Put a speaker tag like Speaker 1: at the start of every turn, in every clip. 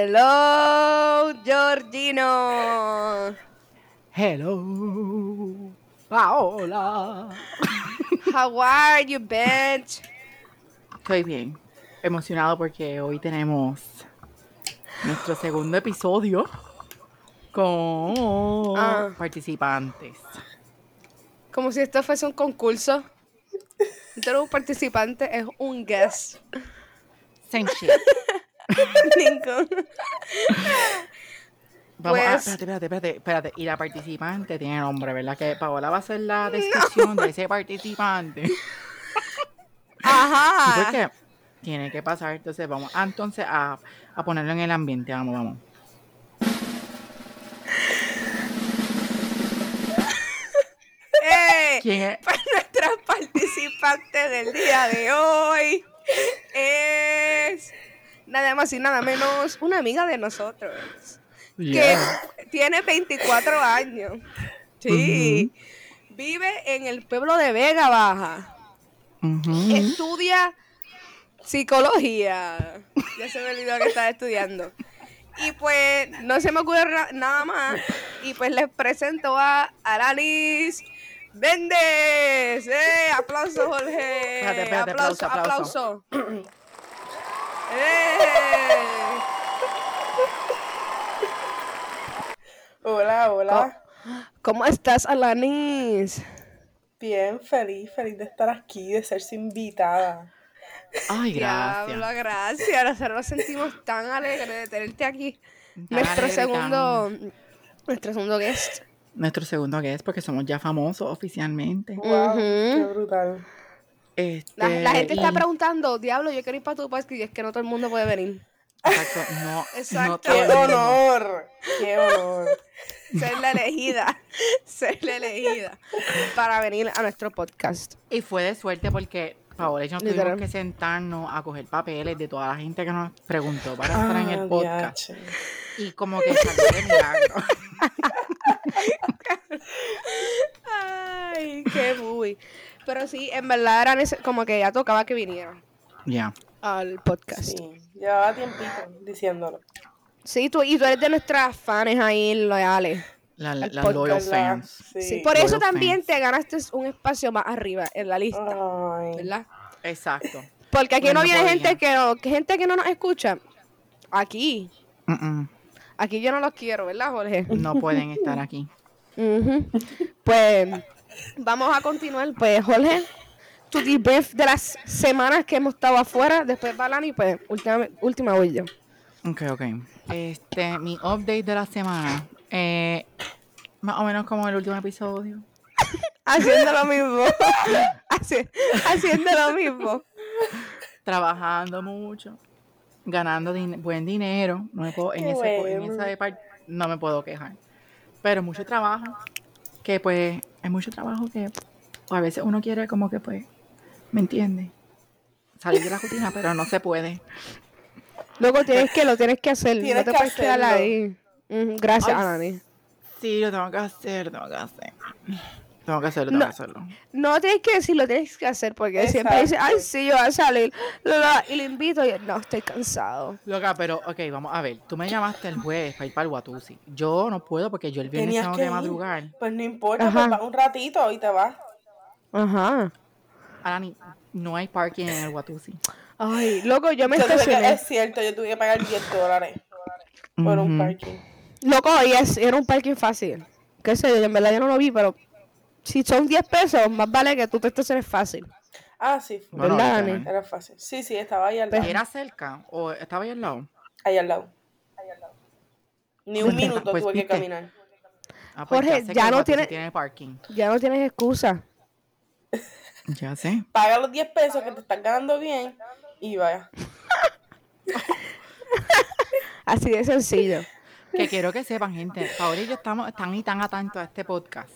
Speaker 1: Hello, Georgino.
Speaker 2: Hello, Paola.
Speaker 1: How are you, bitch?
Speaker 2: Estoy bien. Emocionado porque hoy tenemos nuestro segundo episodio con
Speaker 1: Ah.
Speaker 2: participantes.
Speaker 1: Como si esto fuese un concurso. Tú eres un participante, es un guest.
Speaker 2: Same shit.
Speaker 1: Ningún-
Speaker 2: Vamos a-
Speaker 1: Pues-
Speaker 2: espérate, espérate, espérate, espérate. Y la participante tiene nombre, ¿verdad? Que Paola va a hacer la descripción de ese participante.
Speaker 1: Ajá.
Speaker 2: Porque tiene que pasar. Entonces vamos ah, entonces a, a ponerlo en el ambiente. Vamos, vamos.
Speaker 1: Eh,
Speaker 2: ¿Quién es?
Speaker 1: para nuestras participantes del día de hoy es nada más y nada menos una amiga de nosotros.
Speaker 2: Yeah.
Speaker 1: que tiene 24 años. Sí. Vive en el pueblo de Vega Baja.
Speaker 2: Ujú.
Speaker 1: Estudia psicología. Ya se me olvidó que estaba estudiando. Y pues no se me ocurre ra- nada más. Y pues les presento a Aralis Méndez. ¡Eh! ¡Aplauso, Jorge!
Speaker 2: Espérate, espérate,
Speaker 1: aplauso,
Speaker 2: aplauso,
Speaker 1: aplauso. ¡Eh!
Speaker 3: Hola, hola.
Speaker 1: ¿Cómo estás, Alanis?
Speaker 3: Bien, feliz, feliz de estar aquí, de ser su invitada.
Speaker 2: Ay, gracias.
Speaker 1: Diablo, gracias. Nosotros nos sentimos tan alegres de tenerte aquí.
Speaker 2: Tan
Speaker 1: Nuestro
Speaker 2: alegre,
Speaker 1: segundo,
Speaker 2: tan-
Speaker 1: nuestro segundo guest.
Speaker 2: Nuestro segundo que es porque somos ya famosos oficialmente.
Speaker 3: Wow, qué
Speaker 1: Ujú.
Speaker 3: brutal.
Speaker 2: Este,
Speaker 1: La, la gente
Speaker 2: y-
Speaker 1: está preguntando, diablo, yo quiero ir para tu podcast y es que no todo el mundo puede venir.
Speaker 2: Exacto, no,
Speaker 1: Exacto.
Speaker 2: no todo
Speaker 3: ¡Qué
Speaker 2: el mundo.
Speaker 3: honor! ¡Qué honor!
Speaker 1: Ser la elegida, ser la elegida para venir a nuestro podcast.
Speaker 2: Y fue de suerte porque Paola y yo tuvimos
Speaker 1: Literal.
Speaker 2: que sentarnos a coger papeles de toda la gente que nos preguntó para estar en
Speaker 3: Ah,
Speaker 2: el podcast.
Speaker 3: diache.
Speaker 2: Y como que salió de milagro.
Speaker 1: Ay, qué buy. Pero sí, en verdad era nece- como que ya tocaba que viniera
Speaker 2: Ya.
Speaker 1: al podcast. Sí,
Speaker 3: Sí, llevaba tiempito diciéndolo.
Speaker 1: tú, y tú eres de nuestras fans ahí leales.
Speaker 2: La, la,
Speaker 1: El
Speaker 2: las
Speaker 1: podcast,
Speaker 2: loyal
Speaker 3: ¿Verdad?
Speaker 2: fans.
Speaker 3: Sí.
Speaker 1: Sí, por eso
Speaker 2: Todos los
Speaker 1: también
Speaker 2: fans.
Speaker 1: te ganaste un espacio más arriba en la lista,
Speaker 3: Ay.
Speaker 1: ¿verdad?
Speaker 2: Exacto.
Speaker 1: Porque aquí
Speaker 2: Bueno, pues,
Speaker 1: no viene
Speaker 2: podía.
Speaker 1: gente que no, que gente que no nos escucha. Aquí,
Speaker 2: Mm,
Speaker 1: aquí yo no los quiero, ¿verdad, Jorge?
Speaker 2: mm, No pueden estar aquí.
Speaker 1: Ujú. Pues vamos a continuar, pues, Jorge. Tu debrief de las semanas que hemos estado afuera, después va Lani, pues, última, última voy yo.
Speaker 2: Ok, ok. Este, mi update de la semana. Eh, más o menos como el último episodio.
Speaker 1: Haciendo lo mismo. Haci- haciendo lo mismo.
Speaker 2: trabajando mucho, ganando din- buen dinero, no me puedo, en,
Speaker 3: Qué
Speaker 2: ese po- en
Speaker 3: bueno.
Speaker 2: esa par- no me puedo quejar. Pero mucho trabajo, que pues hay mucho trabajo que a veces uno quiere como que pues, ¿me entiende? Salir de la rutina, pero no se puede.
Speaker 1: Luego tienes que, lo tienes que hacer. no
Speaker 3: Tienes
Speaker 1: te
Speaker 3: que
Speaker 1: puedes quedar
Speaker 3: hacerlo.
Speaker 1: ahí. Ujú, Gracias,
Speaker 2: Ay,
Speaker 1: Lani.
Speaker 2: Sí, lo tengo que hacer, lo tengo que hacer. Tengo que hacerlo, tengo
Speaker 1: No.
Speaker 2: que hacerlo.
Speaker 1: No tienes que decirlo, tienes que hacer porque siempre dice, ay,
Speaker 3: Exacto.
Speaker 1: sí, yo voy a salir. la, la", y le invito y yo, no, estoy cansado.
Speaker 2: Loca, pero, ok, vamos a ver. Tú me llamaste el jueves para ir para el Watusi. Yo no puedo porque yo el viernes
Speaker 3: Tenías
Speaker 2: tengo
Speaker 3: que
Speaker 2: que
Speaker 3: ir.
Speaker 2: madrugar.
Speaker 3: Pues no importa,
Speaker 1: Ajá.
Speaker 3: pues va un ratito y te vas.
Speaker 1: Ajá.
Speaker 2: Alani, no hay parking en el Watusi.
Speaker 1: Ay, loco, yo me
Speaker 3: Yo tuve que-
Speaker 1: estacioné.
Speaker 3: es cierto, yo tuve que pagar 10 dólares por un
Speaker 2: Ujú.
Speaker 3: parking.
Speaker 1: Loco, y es- era un parking fácil. Qué sé yo, en verdad yo no lo vi, pero si son 10 pesos, más vale que tú te estaciones fácil.
Speaker 3: Ah, sí, fue.
Speaker 2: Bueno,
Speaker 1: ¿Verdad,
Speaker 2: literal.
Speaker 1: Dani?
Speaker 3: era fácil. Sí, sí, estaba ahí al
Speaker 1: Pues-
Speaker 3: lado.
Speaker 2: ¿Era cerca o estaba ahí al lado?
Speaker 3: Ahí al lado. Ni un
Speaker 2: Pues,
Speaker 3: minuto
Speaker 2: pues,
Speaker 3: tuve que
Speaker 2: viste.
Speaker 3: caminar.
Speaker 2: Ah,
Speaker 1: Jorge,
Speaker 2: sé que
Speaker 1: ya
Speaker 2: el
Speaker 1: no
Speaker 2: vato sí
Speaker 1: tiene-
Speaker 2: tiene parking.
Speaker 1: Ya no tienes excusa.
Speaker 2: Ya sé.
Speaker 3: Paga los 10 pesos que te están ganando bien y vaya.
Speaker 1: Así de sencillo.
Speaker 2: Que quiero que sepan, gente, Paola y yo estamos tan y tan atentos a este podcast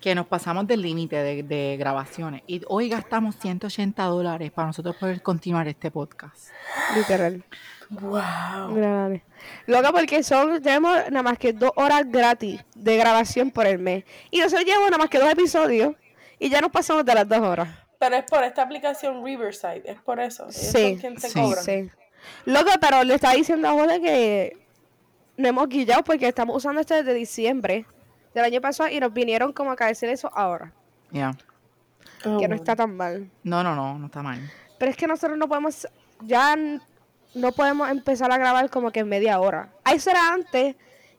Speaker 2: que nos pasamos del límite de, de grabaciones. Y hoy gastamos 180 dólares para nosotros poder continuar este podcast.
Speaker 1: Literal.
Speaker 3: Wow.
Speaker 1: Mira, Dani. Loco, porque son, tenemos nada más que dos horas gratis de grabación por el mes. Y nosotros llevamos nada más que dos episodios y ya nos pasamos de las dos horas.
Speaker 3: Pero es por esta aplicación Riverside, es por eso. Ellos
Speaker 1: Sí,
Speaker 3: son quien te
Speaker 2: sí,
Speaker 3: cobran.
Speaker 1: Sí. Loco, pero le estaba diciendo a Jode que no hemos guillado porque estamos usando este desde diciembre del año pasado y nos vinieron como a decir eso ahora,
Speaker 2: Ya.
Speaker 3: Oh,
Speaker 1: que no
Speaker 3: bueno.
Speaker 1: está tan mal.
Speaker 2: No, no, no, no está mal.
Speaker 1: Pero es que nosotros no podemos, ya n- no podemos empezar a grabar como que en media hora. Ah, Eso era antes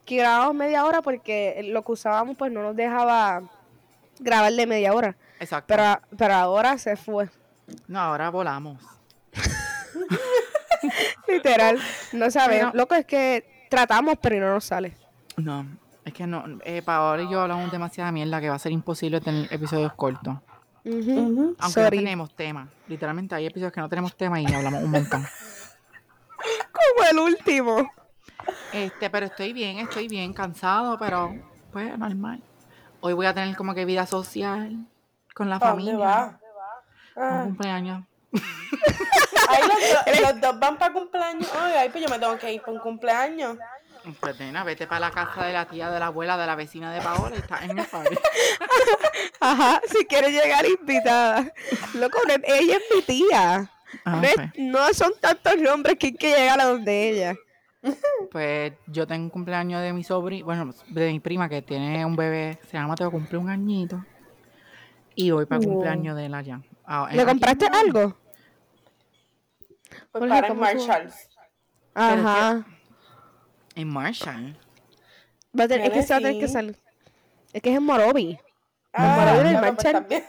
Speaker 1: que grabábamos media hora porque lo que usábamos pues no nos dejaba grabar de media hora.
Speaker 2: Exacto.
Speaker 1: Pero, a- pero ahora se fue.
Speaker 2: no, ahora volamos.
Speaker 1: Literal. No sabemos.
Speaker 2: Pero-
Speaker 1: Loco es que tratamos pero no nos sale.
Speaker 2: No, es que no. Eh, Paola y yo hablamos demasiada mierda que va a ser imposible tener episodios cortos.
Speaker 1: Ujú.
Speaker 3: Ujú.
Speaker 2: Aunque
Speaker 1: Sorry.
Speaker 2: no tenemos tema. Literalmente hay episodios que no tenemos tema y hablamos un montón.
Speaker 1: Como el último.
Speaker 2: Este, pero estoy bien, estoy bien, cansado, pero pues normal. Hoy voy a tener como que vida social con la
Speaker 3: ¿Para dónde
Speaker 2: familia.
Speaker 3: va?
Speaker 2: Un
Speaker 3: Ah,
Speaker 2: cumpleaños.
Speaker 3: Ay, los, do- los dos van para cumpleaños. Ay, ay, pues yo me tengo que ir para un cumpleaños.
Speaker 2: Pues nena, vete para la casa de la tía, de la abuela, de la vecina de Paola y está en mi party.
Speaker 1: Ajá, si quiere llegar invitada. Loco, no es- ella es mi tía.
Speaker 2: Ah,
Speaker 1: No, es-
Speaker 2: pues,
Speaker 1: no son tantos nombres que hay que llegar a donde ella.
Speaker 2: pues, yo tengo un cumpleaños de mi sobrina, bueno, de mi prima que tiene un bebé, se llama Mateo, cumple un añito. Y voy para el
Speaker 3: Wow.
Speaker 2: cumpleaños de la ya. Ah,
Speaker 1: ¿Le
Speaker 2: aquí
Speaker 1: compraste
Speaker 2: no,
Speaker 1: algo?
Speaker 3: Pues
Speaker 1: Jorge,
Speaker 3: para
Speaker 1: ¿cómo
Speaker 3: en
Speaker 1: tú-
Speaker 3: Marshalls.
Speaker 2: Pero es que-
Speaker 1: Ajá.
Speaker 2: En Marshall.
Speaker 1: Va a tener, es
Speaker 3: Nene,
Speaker 1: que se va a tener que
Speaker 3: sí.
Speaker 1: salir. Es que es en Morobi.
Speaker 3: Ah,
Speaker 1: Maravilla,
Speaker 3: claro,
Speaker 1: Marshall.
Speaker 3: pues también.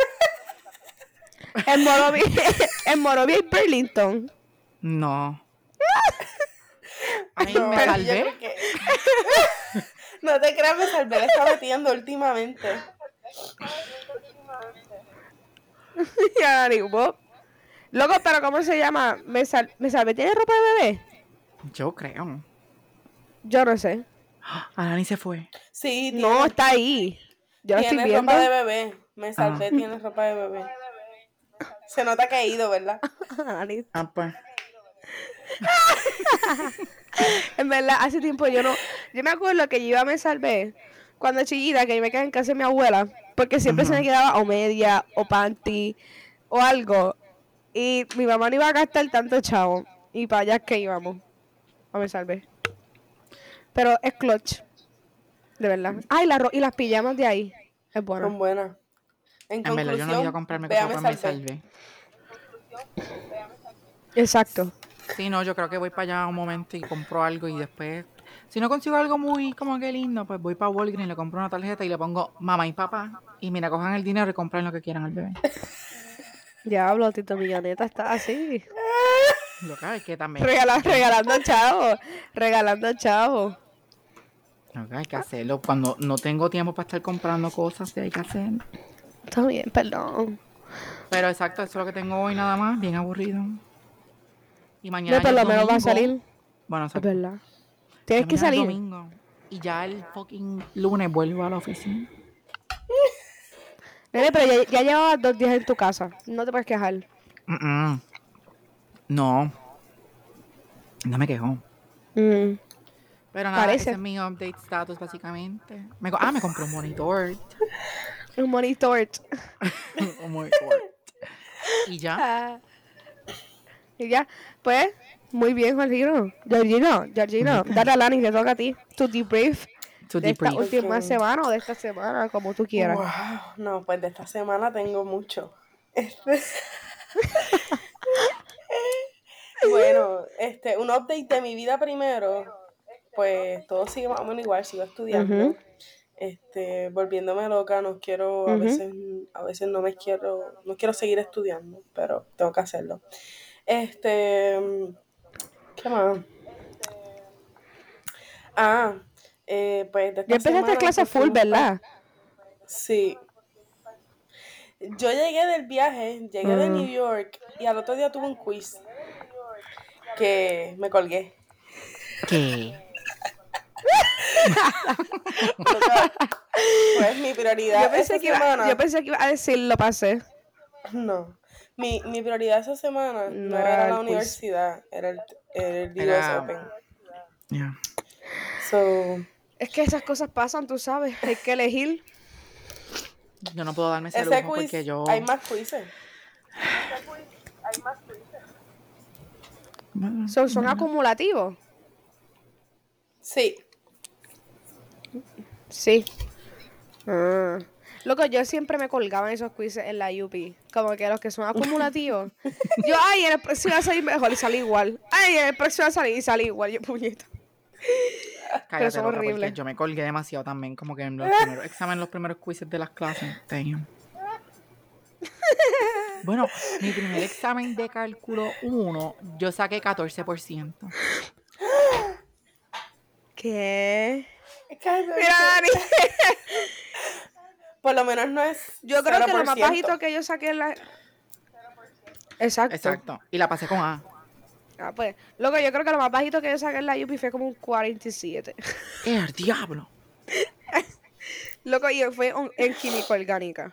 Speaker 1: En Morobi, en Morobi y Burlington.
Speaker 2: No. Ay,
Speaker 3: No,
Speaker 2: me
Speaker 3: yo
Speaker 2: salvé.
Speaker 3: creo que- no te creas, me salvé, le está metiendo últimamente.
Speaker 1: Y a Danny Bob. Loco, pero ¿cómo se llama? ¿Me, sal- ¿Me salvé? ¿Tiene ropa de bebé?
Speaker 2: Yo creo.
Speaker 1: Yo no sé.
Speaker 2: Alani Ah, se fue.
Speaker 3: Sí, tiene,
Speaker 1: No, está ahí. Yo la estoy
Speaker 3: tiene
Speaker 1: viendo. Ah.
Speaker 3: ropa de bebé. Me salvé, tiene ropa de bebé. Se nota caído, ¿verdad?
Speaker 1: Dani,
Speaker 2: Ah, pues.
Speaker 1: En verdad, hace tiempo yo no. Yo me acuerdo que yo iba a me salvé cuando chiquita, que yo me quedé en casa de mi abuela, porque siempre se me quedaba o media, o panty, o algo. Y mi mamá no iba a gastar tanto chavo. Y para allá es que íbamos. A me salvé. Pero es clutch. De verdad. Ay, la ro- y las pijamas de ahí. Es
Speaker 3: Son
Speaker 1: bueno.
Speaker 3: buenas. En,
Speaker 2: En verdad, yo no
Speaker 3: conclusión,
Speaker 2: voy a comprarme
Speaker 3: vea,
Speaker 2: ropa, me salvé.
Speaker 1: Exacto.
Speaker 2: Sí, no, yo creo que voy para allá un momento y compro algo y después. Si no consigo algo muy como que lindo, pues voy para Walgreens, le compro una tarjeta y le pongo mamá y papá. Y mira, cojan el dinero y compren lo que quieran al bebé.
Speaker 1: Diablo, Tito Milloneta está así.
Speaker 2: Lo que hay que también.
Speaker 1: Regala- regalando chavo. Regalando chavo.
Speaker 2: Lo que hay que hacerlo. Cuando no tengo tiempo para estar comprando cosas, sí hay que hacer.
Speaker 1: Está bien, perdón.
Speaker 2: Pero exacto, eso es lo que tengo hoy nada más, bien aburrido. Y mañana.
Speaker 1: no,
Speaker 2: ya es
Speaker 1: pero lo menos va a
Speaker 2: domingo.
Speaker 1: salir.
Speaker 2: Bueno,
Speaker 1: Es
Speaker 2: exacto.
Speaker 1: verdad. Tienes que
Speaker 2: Mañana es
Speaker 1: salir.
Speaker 2: domingo. Y ya el fucking lunes vuelvo a la oficina.
Speaker 1: Nene, pero ya, ya llevabas dos días en tu casa. No te puedes quejar.
Speaker 2: Mm-mm. No. No me quejo.
Speaker 1: Mm.
Speaker 2: Pero nada,
Speaker 1: Parece.
Speaker 2: ese es mi update status básicamente. Me co- ah, me compré un monitor.
Speaker 1: Un monitor.
Speaker 2: un monitor. Y ya.
Speaker 1: Ah. Y ya. Pues, muy bien, Jorgino. Georgino, Georgino, dale a Lani, te toca a ti. Tu debrief
Speaker 2: To
Speaker 1: de esta
Speaker 2: debrief.
Speaker 1: última
Speaker 3: Ok.
Speaker 1: semana o de esta semana, como tú quieras.
Speaker 3: Wow, no, pues de esta semana tengo mucho. Este- bueno, este, un update de mi vida primero. Pues todo sigue más o menos igual, sigo estudiando.
Speaker 1: Ujú.
Speaker 3: Este, volviéndome loca, no quiero, a
Speaker 1: Ujú.
Speaker 3: veces, a veces no me quiero, no quiero seguir estudiando, pero tengo que hacerlo. Este, ¿qué más? Ah, eh, pues de esta
Speaker 1: Ya empezaste
Speaker 3: semana,
Speaker 1: clase
Speaker 3: pues,
Speaker 1: full,
Speaker 3: fuimos pa-
Speaker 1: ¿verdad?
Speaker 3: Sí. Yo llegué del viaje, llegué de
Speaker 1: Mm.
Speaker 3: New York y al otro día tuve un quiz que me colgué.
Speaker 2: ¿Qué?
Speaker 3: Pues mi prioridad
Speaker 1: Yo pensé,
Speaker 3: esa
Speaker 1: que iba,
Speaker 3: semana.
Speaker 1: yo pensé que iba a decir lo pasé.
Speaker 3: No. Mi, mi prioridad esa semana no,
Speaker 1: No
Speaker 3: era,
Speaker 1: era el
Speaker 3: la
Speaker 1: quiz.
Speaker 3: universidad, era el, el US
Speaker 2: Era-
Speaker 3: Open.
Speaker 2: Ya.
Speaker 3: So,
Speaker 1: Es que esas cosas pasan, tú sabes. Hay que elegir.
Speaker 2: Yo no puedo darme ese,
Speaker 3: ese
Speaker 2: lujo porque
Speaker 3: quiz,
Speaker 2: yo.
Speaker 3: hay más quizzes.
Speaker 2: Bueno,
Speaker 1: So, son acumulativos.
Speaker 3: Sí.
Speaker 1: Sí. Ah. Loco, yo siempre me colgaba en esos quizzes en la UP. Como que los que son acumulativos. Yo, ay, en el próximo va a salir mejor y salí igual. Ay, en el próximo va a salir y salí igual. Yo, puñeta.
Speaker 2: Cállate,
Speaker 1: son
Speaker 2: loca, porque
Speaker 1: horribles.
Speaker 2: Yo me colgué demasiado también, como que en los primeros exámenes, los primeros quizzes de las clases. Damn. Bueno, mi primer examen de cálculo 1, yo saqué 14%.
Speaker 1: ¿Qué? Mira,
Speaker 3: Mira,
Speaker 1: Dani.
Speaker 3: por lo menos no es.
Speaker 1: Yo creo que lo más
Speaker 3: 0%.
Speaker 1: bajito que yo saqué es la. Exacto.
Speaker 2: Exacto. Y la pasé con A.
Speaker 1: Ah, pues. Loco, yo creo que lo más bajito que yo saqué en la UP fue como un 47.
Speaker 2: ¡Eh, al diablo!
Speaker 1: Loco, y fue un- en química orgánica.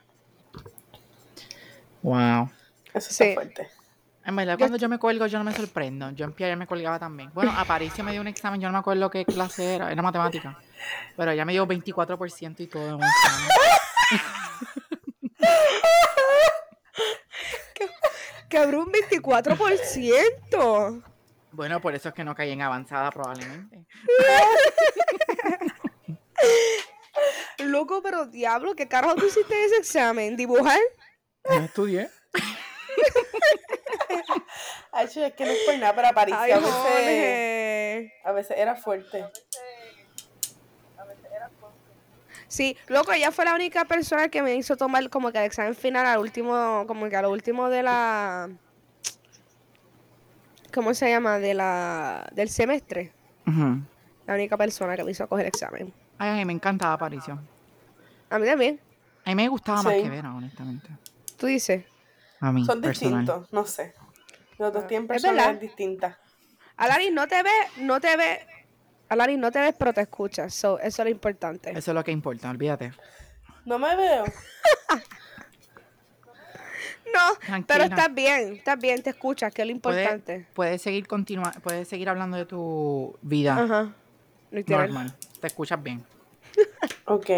Speaker 2: Wow.
Speaker 3: Eso
Speaker 1: Sí.
Speaker 3: está fuerte.
Speaker 2: En verdad, cuando yo me cuelgo, yo no me sorprendo. Yo en Pierre me colgaba también. Bueno, Aparicio me dio un examen, yo no me acuerdo qué clase era, era matemática. Pero ella me dio 24% y todo en un examen.
Speaker 1: Quebró un 24%.
Speaker 2: Bueno, por eso es que no caí en avanzada probablemente.
Speaker 1: Loco, pero diablo, ¿qué carajo tú hiciste en ese examen? ¿Dibujar?
Speaker 2: No estudié.
Speaker 3: Ay, chico, es que no es por nada, pero Aparicio
Speaker 1: Ay,
Speaker 3: a veces,
Speaker 1: Jorge.
Speaker 3: a veces era fuerte.
Speaker 1: Sí, loco, ella fue la única persona que me hizo tomar como que el examen final al último, como que a lo último de la... ¿Cómo se llama? De la... del semestre. La única persona que me hizo coger el examen.
Speaker 2: Ay, ay, me encantaba Aparicio.
Speaker 1: A mí también.
Speaker 2: A mí me gustaba más
Speaker 3: Sí.
Speaker 2: que Vera, honestamente.
Speaker 1: Tú dices.
Speaker 2: A mí,
Speaker 3: Son
Speaker 2: Mm, personal.
Speaker 3: distintos, no sé. Los dos tienen
Speaker 1: Ah, es verdad.
Speaker 3: personas distintas.
Speaker 1: Alanis, no te ves, no te ves... Alanis, no te ves, pero te escuchas. So, eso es lo importante.
Speaker 2: Eso es lo que importa, olvídate.
Speaker 3: No me veo.
Speaker 1: No, pero
Speaker 2: Tranquila.
Speaker 1: estás bien, estás bien, te escuchas, que es lo
Speaker 2: Puedes,
Speaker 1: importante.
Speaker 2: puedes seguir continuar, puedes seguir hablando de tu vida
Speaker 1: Ajá. Literal.
Speaker 2: normal. Te escuchas bien.
Speaker 3: Ok.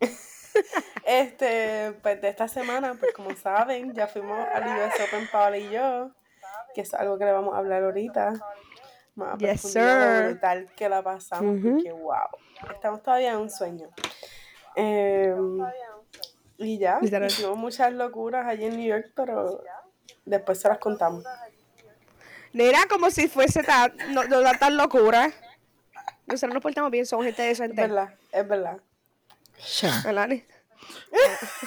Speaker 3: este, pues de esta semana, pues como saben, ya fuimos al US Open Paola y yo, que es algo que le vamos a hablar ahorita. Más a
Speaker 1: Yes,
Speaker 3: profundidad de
Speaker 1: sir.
Speaker 3: lo brutal que la pasamos,
Speaker 1: Ujú.
Speaker 3: porque wow. Estamos todavía en un sueño. Eh, y ya,
Speaker 1: Literal.
Speaker 3: hicimos muchas locuras allí en New York, pero después se las contamos.
Speaker 1: Era como si fuese tan, no, no da tan locura. Nosotros nos portamos bien, somos gente
Speaker 3: Es
Speaker 1: decente.
Speaker 3: verdad, es verdad.
Speaker 1: Alani.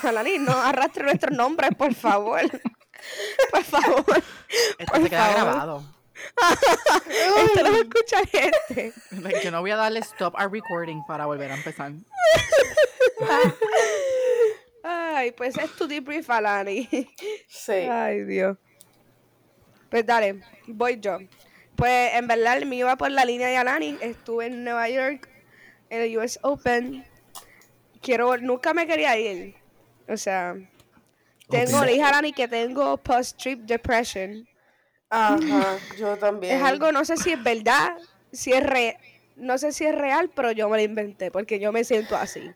Speaker 1: Alani, no arrastre nuestros nombres, por favor. Por favor.
Speaker 2: Esto
Speaker 1: Por
Speaker 2: se queda
Speaker 1: favor.
Speaker 2: grabado.
Speaker 1: Esto no lo escucha gente.
Speaker 2: Yo no voy a darle stop a recording para volver a empezar.
Speaker 1: Ay, pues es tu debrief, Alani.
Speaker 3: Sí.
Speaker 1: Ay, Dios. Pues dale, voy yo. Pues en verdad me iba por la línea de Alani. Estuve en Nueva York, en el US Open. Quiero, vol- nunca me quería ir. O sea, tengo,
Speaker 2: Ok.
Speaker 1: le dije a Alani que tengo post-trip depression.
Speaker 3: Ajá, yo también.
Speaker 1: Es algo, no sé si es verdad, si es re, no sé si es real, pero yo me lo inventé porque yo me siento así.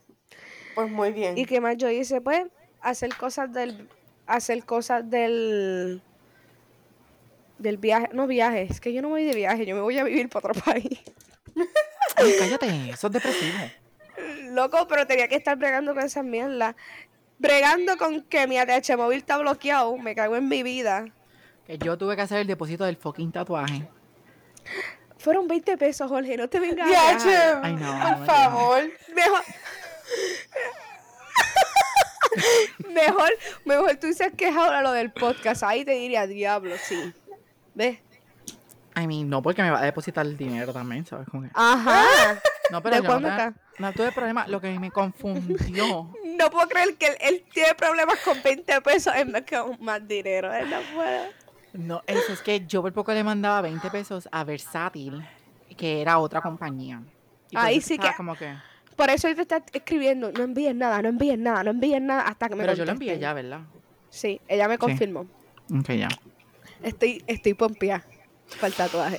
Speaker 3: Pues muy bien.
Speaker 1: ¿Y qué más yo hice? Pues hacer cosas del. Hacer cosas del. Del viaje. No, viaje. Es que yo no voy de viaje. Yo me voy a vivir para otro país.
Speaker 2: Ay, cállate, eso es depresivo.
Speaker 1: Loco, pero tenía que estar bregando con esas mierdas. Bregando con que mi ATH móvil está bloqueado. Me cago en mi vida.
Speaker 2: Que yo tuve que hacer el depósito del fucking tatuaje.
Speaker 1: Fueron 20 pesos, Jorge. No te vengas a
Speaker 3: Ya,
Speaker 1: quejar.
Speaker 3: che,
Speaker 2: Ay, no, no
Speaker 3: por
Speaker 2: me
Speaker 3: favor.
Speaker 1: Mejor. mejor, mejor tú dices que es ahora lo del podcast. Ahí te diría, diablo, sí. ¿Ves?
Speaker 2: I mean, no porque me va a depositar el dinero también, ¿sabes? Como que-
Speaker 1: Ajá.
Speaker 2: No, pero
Speaker 1: ¿De
Speaker 2: yo no,
Speaker 1: cuándo
Speaker 2: te-
Speaker 1: acá?
Speaker 2: no tuve problema. Lo que me confundió
Speaker 1: No puedo creer que él, él tiene problemas con 20 pesos en vez que con más dinero. Él no puede.
Speaker 2: No, eso es que yo por poco le mandaba 20 pesos a Versátil, que era otra compañía. Y por
Speaker 1: Ahí
Speaker 2: eso
Speaker 1: sí
Speaker 2: estaba
Speaker 1: que-
Speaker 2: como que...
Speaker 1: Por eso él te está escribiendo, no envíes nada, no envíes nada, no envíes nada hasta que me
Speaker 2: Pero yo lo envié
Speaker 1: contesten".
Speaker 2: ya, ¿verdad?
Speaker 1: Sí, ella me confirmó.
Speaker 2: Ok, ya.
Speaker 1: Estoy, estoy pompeada para el tatuaje.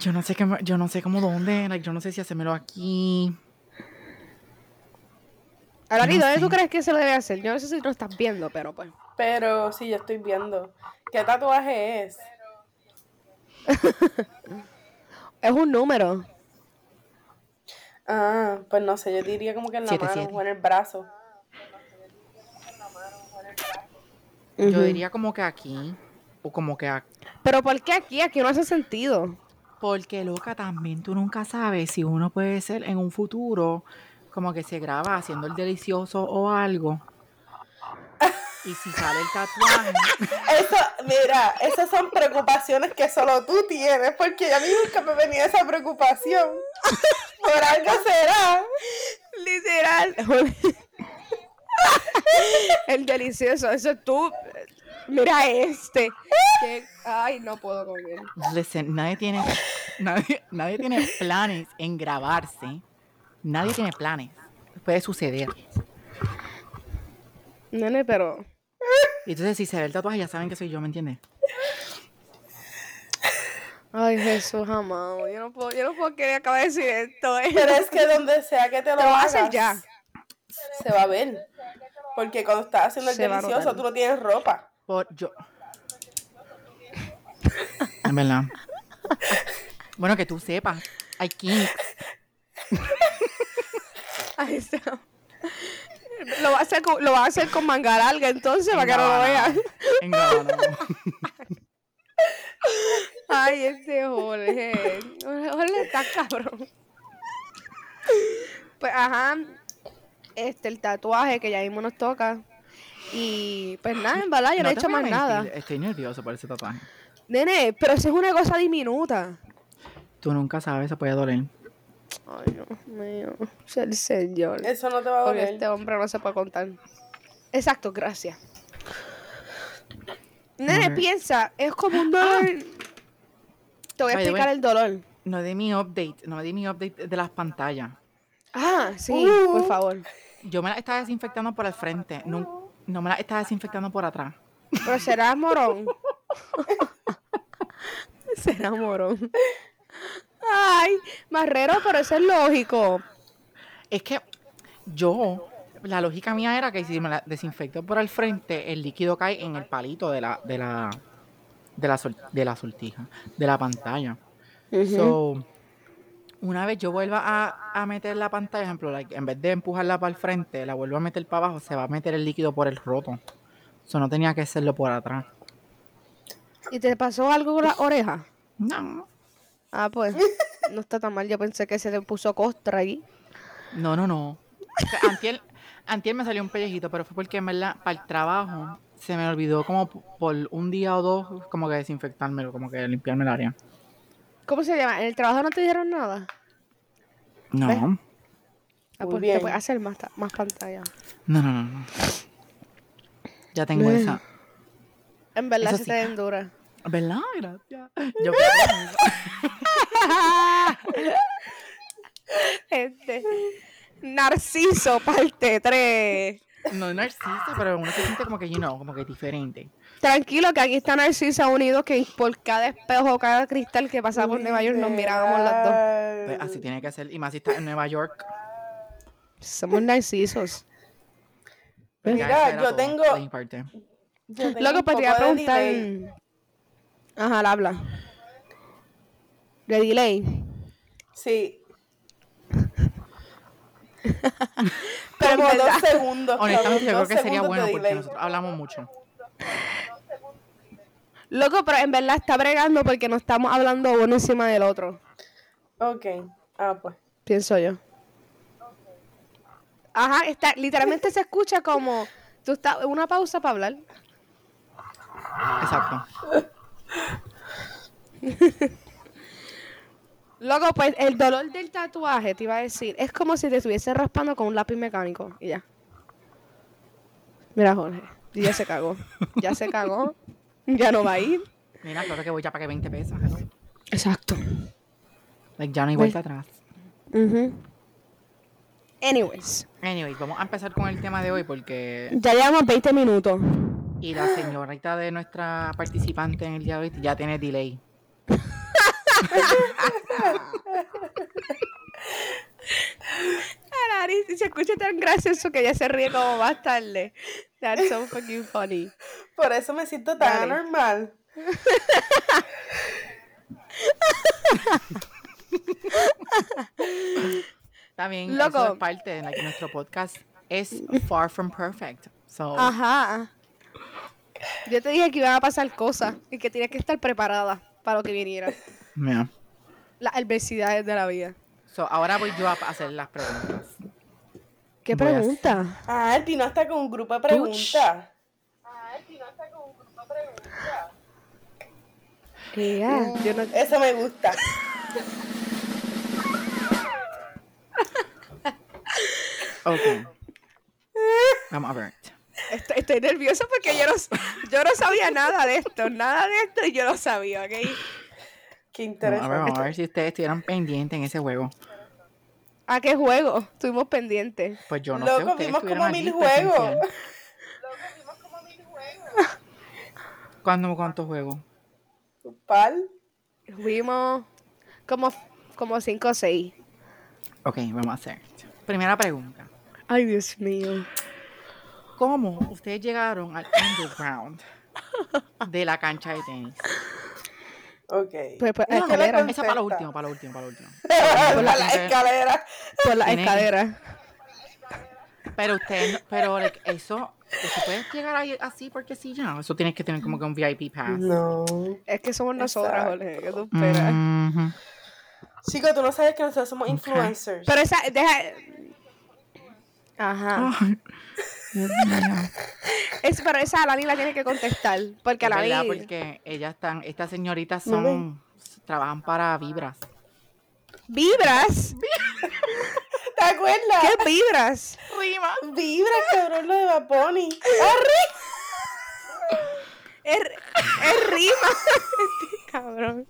Speaker 2: Yo no sé qué, me- yo no sé cómo dónde, like, yo no sé si hacérmelo aquí.
Speaker 1: Ahora,
Speaker 2: No
Speaker 1: ¿y dónde
Speaker 2: sé.
Speaker 1: ¿eh? tú crees que se lo debe hacer? Yo no sé si tú lo estás viendo, pero pues.
Speaker 3: Pero sí, yo estoy viendo. ¿Qué tatuaje es?
Speaker 1: es un número.
Speaker 3: Ah, pues no sé, yo diría como que en la
Speaker 2: Siete,
Speaker 3: mano
Speaker 2: siete.
Speaker 3: o en el brazo.
Speaker 2: Yo
Speaker 1: Ujú.
Speaker 2: diría como que aquí, o como que aquí.
Speaker 1: Pero ¿por qué aquí? Aquí no hace sentido.
Speaker 2: Porque, loca, también tú nunca sabes si uno puede ser en un futuro como que se graba haciendo el delicioso o algo. Y si sale el tatuaje.
Speaker 3: Eso, mira, esas son preocupaciones que solo tú tienes, porque a mí nunca me venía esa preocupación. Por algo será.
Speaker 1: Literal. el delicioso. Eso tú. Mira este. que- Ay, no puedo con él.
Speaker 2: Listen, nadie tiene, nadie, nadie tiene planes en grabarse. Nadie tiene planes. Puede suceder.
Speaker 1: Nene, pero.
Speaker 2: Y Entonces, si se ve el tatuaje, ya saben que soy yo, ¿me entiendes?
Speaker 1: Ay, Jesús amado. Yo no puedo, yo no puedo que acabe de decir esto. eh.
Speaker 3: Pero es que donde sea que te lo
Speaker 1: Te lo
Speaker 3: hagas,
Speaker 1: haces ya.
Speaker 3: se va a ver. Porque cuando estás haciendo el
Speaker 1: Se va a
Speaker 3: delicioso,
Speaker 1: notar.
Speaker 3: tú no tienes ropa.
Speaker 2: Por yo. Es verdad. Bueno, que tú sepas. Hay kinks.
Speaker 1: Ahí está. Lo va a hacer con, lo va a hacer con manga larga, entonces, para que no lo vean.
Speaker 2: En Gabanao.
Speaker 1: Ay, este Jorge. Jorge está cabrón. Pues, ajá. Este, el tatuaje que ya mismo nos toca. Y pues nada, en verdad, yo no, he
Speaker 2: te
Speaker 1: hecho más
Speaker 2: voy a
Speaker 1: nada.
Speaker 2: mentir, Estoy nervioso por ese tatuaje.
Speaker 1: Nene, pero eso es una cosa diminuta.
Speaker 2: Tú nunca sabes, se puede doler.
Speaker 1: Ay, Dios mío. Sea el Señor.
Speaker 3: Eso no te va a
Speaker 1: Porque
Speaker 3: doler.
Speaker 1: este hombre no se puede contar. Exacto, gracias. Nene,
Speaker 2: Ok.
Speaker 1: piensa, es como un dolor.
Speaker 2: Ah.
Speaker 1: Te voy a
Speaker 2: By the way.
Speaker 1: explicar el dolor.
Speaker 2: No di mi update, no di mi update de las pantallas.
Speaker 1: Ah, sí, por
Speaker 3: Uh.
Speaker 1: favor.
Speaker 2: Yo me las estaba desinfectando por el frente, no, no me las estaba desinfectando por atrás.
Speaker 1: Pero será morón. será morón. Ay, marrero, pero eso es lógico.
Speaker 2: Es que yo, la lógica mía era que si me la desinfecto por el frente, el líquido cae en el palito de la, de la, de la, sol- de la sortija, de la pantalla. So, una vez yo vuelva a, a meter la pantalla, ejemplo, like, en vez de empujarla para el frente, la vuelvo a meter para abajo, se va a meter el líquido por el roto. Eso no tenía que hacerlo por atrás.
Speaker 1: ¿Y te pasó algo con la oreja?
Speaker 2: No,
Speaker 1: Ah, pues, no está tan mal. Yo pensé que se le puso costra allí.
Speaker 2: no, no, no. O sea, Antier, antier me salió un pellejito, pero fue porque en verdad para el trabajo se me olvidó como p- por un día o dos como que desinfectármelo, como que limpiarme el área.
Speaker 1: ¿Cómo se llama? ¿En el trabajo no te dieron nada?
Speaker 2: No,
Speaker 1: ¿Ves?
Speaker 2: no,
Speaker 1: Ah,
Speaker 3: Muy
Speaker 1: pues,
Speaker 3: bien.
Speaker 1: Te puedes hacer más, ta- más pantalla.
Speaker 2: no, no. no. Ya tengo
Speaker 1: Eh.
Speaker 2: esa.
Speaker 1: En verdad
Speaker 2: Eso
Speaker 1: se
Speaker 2: sí.
Speaker 1: te ven dura.
Speaker 2: ¿Verdad? Gracias. Yo quiero eso.
Speaker 1: Este. Narciso, parte 3.
Speaker 2: No narciso, pero uno se siente como que, you know, como que diferente.
Speaker 1: Tranquilo, que aquí está Narciso unido, que por cada espejo, cada cristal que pasamos en Nueva York nos mirábamos las dos.
Speaker 2: Pues
Speaker 3: las
Speaker 2: así tiene que ser. Y más si estás en Nueva York.
Speaker 1: Somos narcisos.
Speaker 2: pues ya
Speaker 3: Mira,
Speaker 2: eso era
Speaker 3: yo
Speaker 2: todo
Speaker 3: tengo-
Speaker 2: de mi parte.
Speaker 1: Loco, pues te iba a preguntar. Ajá, la habla. De delay.
Speaker 3: Sí.
Speaker 1: Pero en
Speaker 3: Como
Speaker 1: verdad-
Speaker 3: dos segundos. como
Speaker 2: Honestamente, yo
Speaker 3: dos
Speaker 2: creo que sería bueno
Speaker 3: segundos de
Speaker 2: porque
Speaker 3: delay.
Speaker 2: nosotros hablamos mucho.
Speaker 1: Loco, pero en verdad está bregando porque no estamos hablando uno encima del otro.
Speaker 3: Ok. Ah, pues.
Speaker 1: Pienso yo. Ajá, está, literalmente se escucha como tú estás una pausa para hablar.
Speaker 2: Exacto.
Speaker 1: Loco, pues el dolor del tatuaje, te iba a decir, es como si te estuviese raspando con un lápiz mecánico y ya. Mira, Jorge, y ya se cagó. Ya se cagó. Ya no va a ir.
Speaker 2: Mira, claro que voy ya para que 20 pesos. hello.
Speaker 1: Exacto.
Speaker 2: Like, ya no hay vuelta atrás.
Speaker 1: Anyways,
Speaker 2: Anyways, vamos a empezar con el tema de hoy porque.
Speaker 1: ya llevamos 20 minutos.
Speaker 2: Y la señorita de nuestra participante en el día de hoy ya tiene delay.
Speaker 1: Alaris, y se escucha tan gracioso que ya se ríe como más tarde. That's so fucking funny.
Speaker 3: Por eso me siento tan
Speaker 1: Dale.
Speaker 3: anormal.
Speaker 2: También
Speaker 1: Loco.
Speaker 2: eso es parte de like, nuestro podcast. Es far from perfect. So,
Speaker 3: Ah.
Speaker 1: Ajá. Yo te dije que iban a pasar cosas y que tienes que estar preparada para lo que viniera.
Speaker 2: yeah.
Speaker 1: Las adversidades de la vida.
Speaker 2: so ahora voy yo a hacer las preguntas.
Speaker 1: ¿Qué
Speaker 2: Voy a hacer-
Speaker 1: pregunta?
Speaker 3: Ah, el Pino está con un grupo de preguntas.
Speaker 1: Ea, Eh, yo no-
Speaker 3: Eso me gusta.
Speaker 2: Ok. Vamos a ver.
Speaker 1: estoy, estoy nerviosa porque yo no, s- yo no sabía nada de esto. Nada de esto y yo no sabía, ¿ok?
Speaker 3: Qué
Speaker 2: Vamos a ver, vamos a
Speaker 3: interesante.
Speaker 2: ver si ustedes estuvieron pendientes en ese juego.
Speaker 1: ¿A qué juego? Estuvimos pendientes.
Speaker 2: Pues yo no sé.
Speaker 3: Loco,
Speaker 2: ustedes
Speaker 3: vimos
Speaker 2: estuvieron
Speaker 3: como
Speaker 2: allí
Speaker 3: mil
Speaker 2: presencial.
Speaker 3: juegos.
Speaker 2: ¿Cuándo, ¿Cuántos juegos?
Speaker 3: Pal.
Speaker 1: Vimos como, como cinco o seis.
Speaker 2: Ok, vamos a hacer. Primera pregunta.
Speaker 1: Ay, Dios mío.
Speaker 2: ¿Cómo ustedes llegaron al underground de la cancha de tenis?
Speaker 3: Ok.
Speaker 1: Pues, pues,
Speaker 2: No, no,
Speaker 3: escalera.
Speaker 2: no, esa para lo último, para lo último, para lo último.
Speaker 3: Por la escalera.
Speaker 1: Por las
Speaker 2: Tiene-
Speaker 1: escaleras.
Speaker 2: Pero usted, no- pero like, eso, ¿tú puedes llegar ahí así porque sí ya? Eso tienes que tener como que un VIP pass.
Speaker 3: No.
Speaker 1: Es que somos nosotras,
Speaker 3: Exacto.
Speaker 1: Jorge. Que tú esperas.
Speaker 2: Mhm.
Speaker 3: Chico, tú no sabes que nosotros somos influencers.
Speaker 1: Pero esa, deja. Ajá.
Speaker 2: Ay, Dios mío.
Speaker 1: Es, pero esa Alani la tiene que contestar. Porque
Speaker 2: Es verdad,
Speaker 1: Alani.
Speaker 2: porque ellas están, estas señoritas
Speaker 3: No ve.
Speaker 2: son, trabajan para vibras.
Speaker 1: ¿Vibras?
Speaker 3: ¿Te acuerdas?
Speaker 1: ¿Qué vibras?
Speaker 2: Rima.
Speaker 3: Vibra, cabrón, lo de Bad Bunny.
Speaker 1: Es, es rima. Este Cabrón.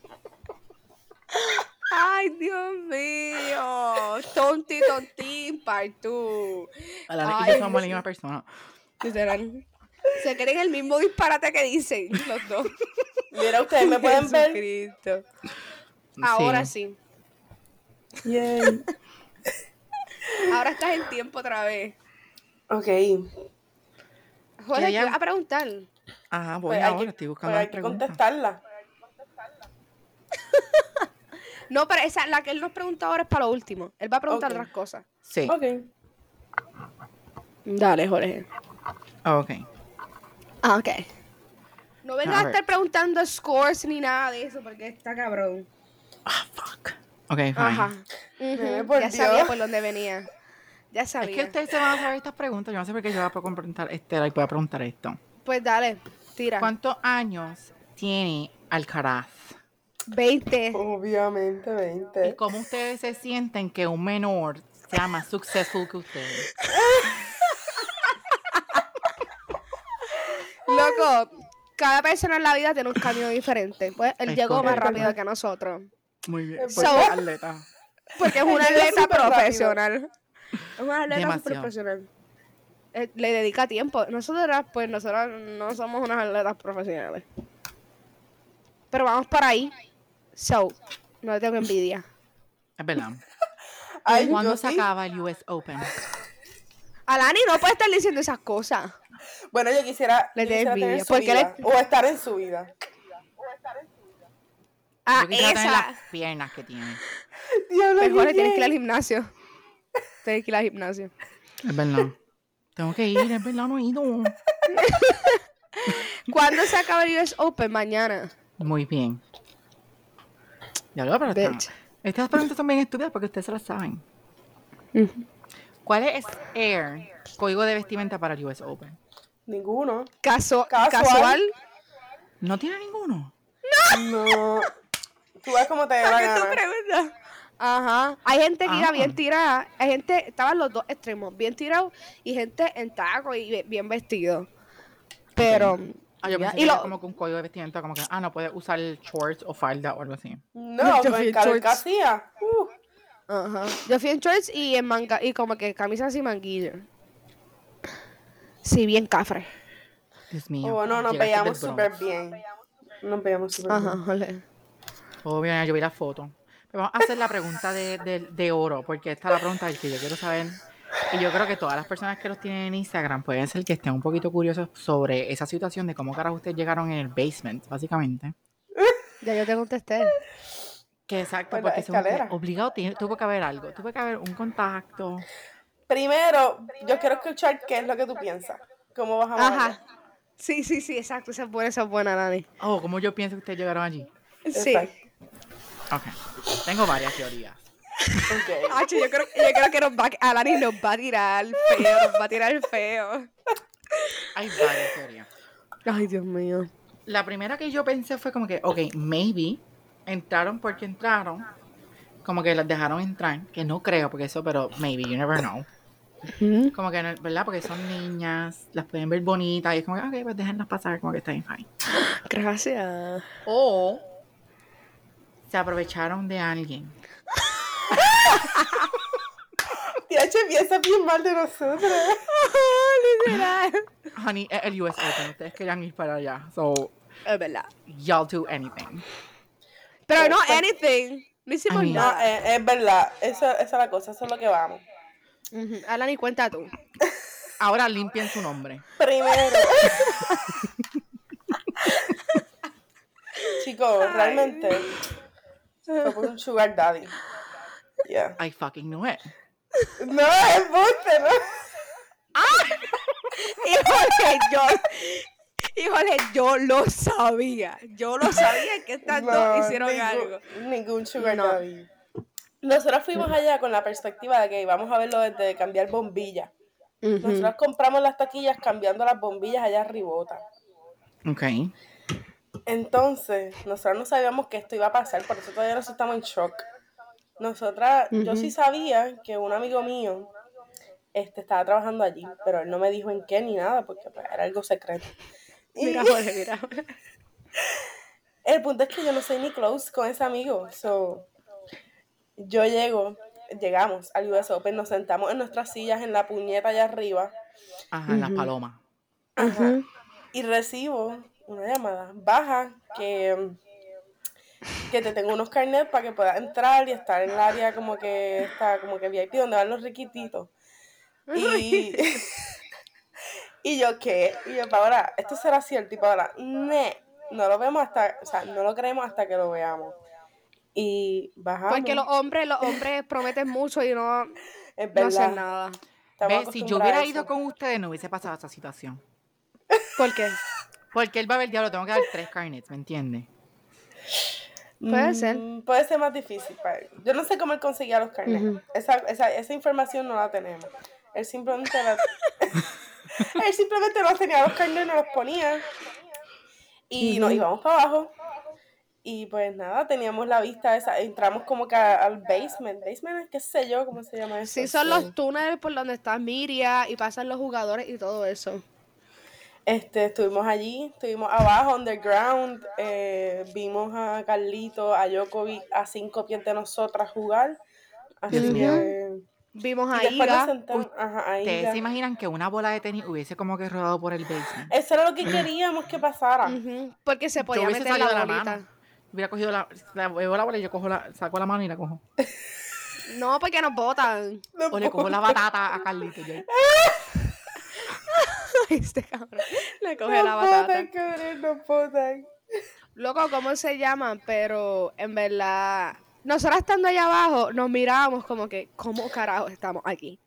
Speaker 1: Ay, Dios mío. Tonti, tontín, partú.
Speaker 2: La
Speaker 1: Ay,
Speaker 2: yo somos la misma persona.
Speaker 1: Literal. Se creen el mismo disparate que dicen los dos.
Speaker 3: Mira, ustedes me pueden ver.
Speaker 1: Jesucristo. Ahora sí.
Speaker 3: Yay.
Speaker 1: Ahora estás en tiempo otra vez.
Speaker 3: Ok.
Speaker 1: Jorge,
Speaker 2: Ya, ya.
Speaker 1: te iba a preguntar.
Speaker 2: Ajá, voy
Speaker 3: Pues hay
Speaker 2: ahora,
Speaker 3: que-
Speaker 2: estoy buscando
Speaker 3: pues hay
Speaker 2: las
Speaker 3: que
Speaker 2: preguntas.
Speaker 3: contestarla.
Speaker 1: No, pero esa, la que él nos pregunta ahora es para lo último. Él va a preguntar
Speaker 3: Ok.
Speaker 1: otras cosas.
Speaker 2: Sí,
Speaker 3: Ok.
Speaker 1: Dale, Jorge.
Speaker 2: ok.
Speaker 1: Ah, ok. No vengas a,
Speaker 2: ver.
Speaker 1: estar preguntando scores ni nada de eso, porque está cabrón.
Speaker 3: Ah,
Speaker 2: Fuck. Ok, fine.
Speaker 1: Ajá. Ujú,
Speaker 3: Nene, por
Speaker 1: ya sabía
Speaker 3: Dios.
Speaker 1: por dónde venía. Ya sabía.
Speaker 2: Es que ustedes se van a saber estas preguntas. Yo no sé por qué yo voy a preguntar, este, like, voy a preguntar esto.
Speaker 1: Pues dale, tira.
Speaker 2: ¿Cuántos años tiene Alcaraz?
Speaker 1: 20.
Speaker 3: Obviamente,
Speaker 2: ¿Y
Speaker 3: 20.
Speaker 2: cómo ustedes se sienten que un menor sea más successful que ustedes?
Speaker 1: Loco, cada persona en la vida tiene un camino diferente. Pues él
Speaker 2: Es
Speaker 1: llegó más
Speaker 2: correcto.
Speaker 1: rápido que nosotros.
Speaker 2: Muy bien.
Speaker 3: Pues,
Speaker 1: So-
Speaker 2: atleta.
Speaker 1: Porque es una
Speaker 3: Él llega
Speaker 1: atleta
Speaker 3: súper rápido.
Speaker 1: profesional. Es una atleta
Speaker 2: Demasiado.
Speaker 1: súper profesional. Eh, Le dedica tiempo. Nosotras, pues, nosotras no somos unas atletas profesionales. Pero vamos para ahí. So, no le tengo envidia.
Speaker 2: Es verdad.
Speaker 3: Ay,
Speaker 2: ¿Cuándo
Speaker 3: yo
Speaker 2: se
Speaker 3: sí.
Speaker 2: acaba el US Open?
Speaker 1: Alani no puede estar diciendo esas cosas.
Speaker 3: Bueno, yo quisiera,
Speaker 1: Le
Speaker 3: yo
Speaker 1: da
Speaker 3: quisiera tener
Speaker 1: envidia,
Speaker 3: su
Speaker 1: porque él
Speaker 3: vida,
Speaker 1: es-
Speaker 3: O estar en su vida.
Speaker 1: Ah,
Speaker 2: yo quisiera tener
Speaker 1: esa.
Speaker 2: las piernas que tiene.
Speaker 1: Mejor
Speaker 3: Diablo,
Speaker 1: le
Speaker 3: Jorge,
Speaker 1: tienes que ir al gimnasio. Tienes que ir al gimnasio.
Speaker 2: Es verdad. Tengo que ir, es verdad, no he ido.
Speaker 1: ¿Cuándo se acaba el US Open? Mañana.
Speaker 2: Muy bien. Ya lo pero
Speaker 1: Bitch.
Speaker 2: está- Estas preguntas son bien estúpidas porque ustedes se las saben.
Speaker 1: Ujú.
Speaker 2: ¿Cuál es Air, código de vestimenta para el US Open?
Speaker 3: Ninguno.
Speaker 1: Caso-
Speaker 3: Casual.
Speaker 1: casual.
Speaker 2: No tiene ninguno.
Speaker 3: No. Tú ves cómo te dé la
Speaker 1: ¿Para qué tú
Speaker 3: gana.
Speaker 1: preguntas? Ajá. Hay gente que iba
Speaker 2: Ah.
Speaker 1: bien tirada. Hay gente, estaban los dos extremos, bien tirado y gente en taco y bien- bien vestido. Pero.
Speaker 2: Ah, yo
Speaker 1: ya, y
Speaker 2: pensé que era
Speaker 1: lo-
Speaker 2: como que un código de vestimenta, como que, ah, no puedes usar shorts o falda o algo así.
Speaker 3: No,
Speaker 1: Yo
Speaker 3: con
Speaker 1: fui
Speaker 3: el
Speaker 1: en
Speaker 3: calor
Speaker 1: shorts.
Speaker 3: que hacía. Uh,
Speaker 1: Ajá. Yo fui en shorts y en manga, y como que camisas y manguillo. Sí, bien cafre.
Speaker 2: Dios mío.
Speaker 3: oh, no, nos
Speaker 2: llegaste
Speaker 3: veíamos
Speaker 2: del
Speaker 3: súper
Speaker 2: Bronx.
Speaker 3: bien. Nos veíamos súper
Speaker 1: Ajá,
Speaker 3: bien.
Speaker 1: jole.
Speaker 2: Obvio, ya yo vi la foto. Pero vamos a hacer la pregunta de, de- de oro, porque esta es la pregunta que yo quiero saber. Y yo creo que todas las personas que los tienen en Instagram pueden ser que estén un poquito curiosos sobre esa situación de cómo caras ustedes llegaron en el basement, básicamente.
Speaker 1: Ya yo te contesté.
Speaker 2: Que exacto,
Speaker 3: Pues la
Speaker 2: porque según que
Speaker 3: escalera.
Speaker 2: obligado tiene- tuvo que haber algo, tuvo que haber un contacto.
Speaker 3: Primero, yo quiero escuchar qué es lo que tú piensas. ¿Cómo vas a
Speaker 1: Ajá. Ah, Sí, sí, sí, exacto. Esa es buena, esa es buena, Dani.
Speaker 2: Oh, como yo pienso que ustedes llegaron allí.
Speaker 1: Sí.
Speaker 3: Exacto.
Speaker 2: Ok. Tengo varias teorías.
Speaker 3: Ok.
Speaker 1: Hacho, yo creo, yo creo que nos va, a Alani nos va a tirar feo, nos va a tirar feo.
Speaker 2: Hay varias teorías.
Speaker 1: Ay, Dios mío.
Speaker 2: La primera que yo pensé fue como que, ok, maybe entraron porque entraron, como que las dejaron entrar, que no creo porque eso, pero maybe, you never know. Como que, no- ¿verdad? Porque son niñas, las pueden ver bonitas y es como que, ok, pues déjenlas pasar, como que está bien fine.
Speaker 1: Gracias.
Speaker 2: O se aprovecharon de alguien.
Speaker 3: Tía, che, piensas bien mal de nosotros.
Speaker 1: Literal.
Speaker 2: Honey, eh, el US Open, ustedes querían ir para allá, so
Speaker 1: Es verdad.
Speaker 2: y'all do anything.
Speaker 1: Pero no anything. No hicimos
Speaker 2: I mean-
Speaker 3: No,
Speaker 1: nada.
Speaker 3: eh, es verdad. Eso, esa es la cosa. Eso es lo que vamos.
Speaker 1: Ujú. Alani, cuenta tú.
Speaker 2: Ahora limpien su nombre.
Speaker 3: Primero. Chicos, realmente fue por un sugar daddy. Yeah.
Speaker 2: I fucking knew it.
Speaker 3: No, es buste, ¿no?
Speaker 1: Híjole, yo. Híjole, yo lo sabía. Yo lo sabía que estas
Speaker 3: No,
Speaker 1: dos hicieron
Speaker 3: ningún-
Speaker 1: algo.
Speaker 3: Ningún sugar
Speaker 1: No.
Speaker 3: daddy. Nosotros fuimos allá con la perspectiva de que íbamos a verlo desde cambiar bombillas. Nosotros compramos las taquillas cambiando las bombillas allá arribota.
Speaker 2: Ok.
Speaker 3: Entonces, nosotros no sabíamos que esto iba a pasar, por eso todavía nosotros estamos en shock. Nosotras, yo sí sabía que un amigo mío este, estaba trabajando allí, pero él no me dijo en qué ni nada, porque pues, era algo secreto. Y
Speaker 1: Mira, Jorge, mira.
Speaker 3: el punto es que yo no soy ni close con ese amigo. So, yo llego, llegamos al US Open, nos sentamos en nuestras sillas en la puñeta allá arriba
Speaker 2: Ajá, las palomas.
Speaker 3: y recibo una llamada. Baja que, que te tengo unos carnets para que puedas entrar y estar en el área como que está como que VIP donde van los riquititos. Y, y yo qué, y yo ahora, esto será cierto, y ahora, ne, no lo vemos hasta, o sea, no lo creemos hasta que lo veamos. Y bajamos.
Speaker 1: Porque los hombres, los hombres prometen mucho y no, no
Speaker 3: es verdad,
Speaker 1: hacen nada.
Speaker 3: estamos
Speaker 2: Ve, si yo
Speaker 3: acostumbrados a
Speaker 2: hubiera
Speaker 3: eso.
Speaker 2: ido con ustedes, no hubiese pasado esa situación.
Speaker 1: ¿Por qué?
Speaker 2: Porque él va a ver diablo, tengo que dar tres carnets, ¿me entiendes?
Speaker 1: Puede ser.
Speaker 3: Mm, Puede ser más difícil para él. Yo no sé cómo él conseguía los carnets. esa, esa, esa información no la tenemos. Él simplemente la- él simplemente no tenía los carnets, no los ponía. Y nos íbamos para abajo. Y pues nada, teníamos la vista esa. Entramos como que a- al basement. Basement, qué sé yo, cómo se llama eso.
Speaker 1: Sí, son los túneles por donde está Miria y pasan los jugadores y todo eso.
Speaker 3: Este, estuvimos allí, estuvimos abajo, underground, eh, vimos a Carlito, a Jokovic, a cinco pies de nosotras jugar. Así
Speaker 2: Dios mío.
Speaker 3: que...
Speaker 1: Vimos
Speaker 3: Y
Speaker 1: a
Speaker 3: después nos
Speaker 1: Iga.
Speaker 3: sentamos- ajá, ahí
Speaker 2: ¿Ustedes
Speaker 3: ya.
Speaker 2: se imaginan que una bola de tenis hubiese como que rodado por el basement?
Speaker 3: Eso era lo que queríamos que pasara.
Speaker 1: ujú, porque se
Speaker 2: Yo
Speaker 1: podía
Speaker 2: hubiese
Speaker 1: meter
Speaker 2: salido de
Speaker 1: la
Speaker 2: la
Speaker 1: bolita.
Speaker 2: mano. Hubiera cogido la, la, veo la bola y yo cojo la, saco la mano y la cojo.
Speaker 1: No, porque nos botan.
Speaker 2: O le cojo la batata a Carlito. yo.
Speaker 1: Este cabrón le
Speaker 3: No
Speaker 1: coge la
Speaker 3: puedo,
Speaker 1: batata.
Speaker 3: cabrón, no puedo.
Speaker 1: Loco, ¿cómo se llaman? Pero en verdad, nosotras estando allá abajo, nos mirábamos como que, ¿cómo carajo estamos aquí?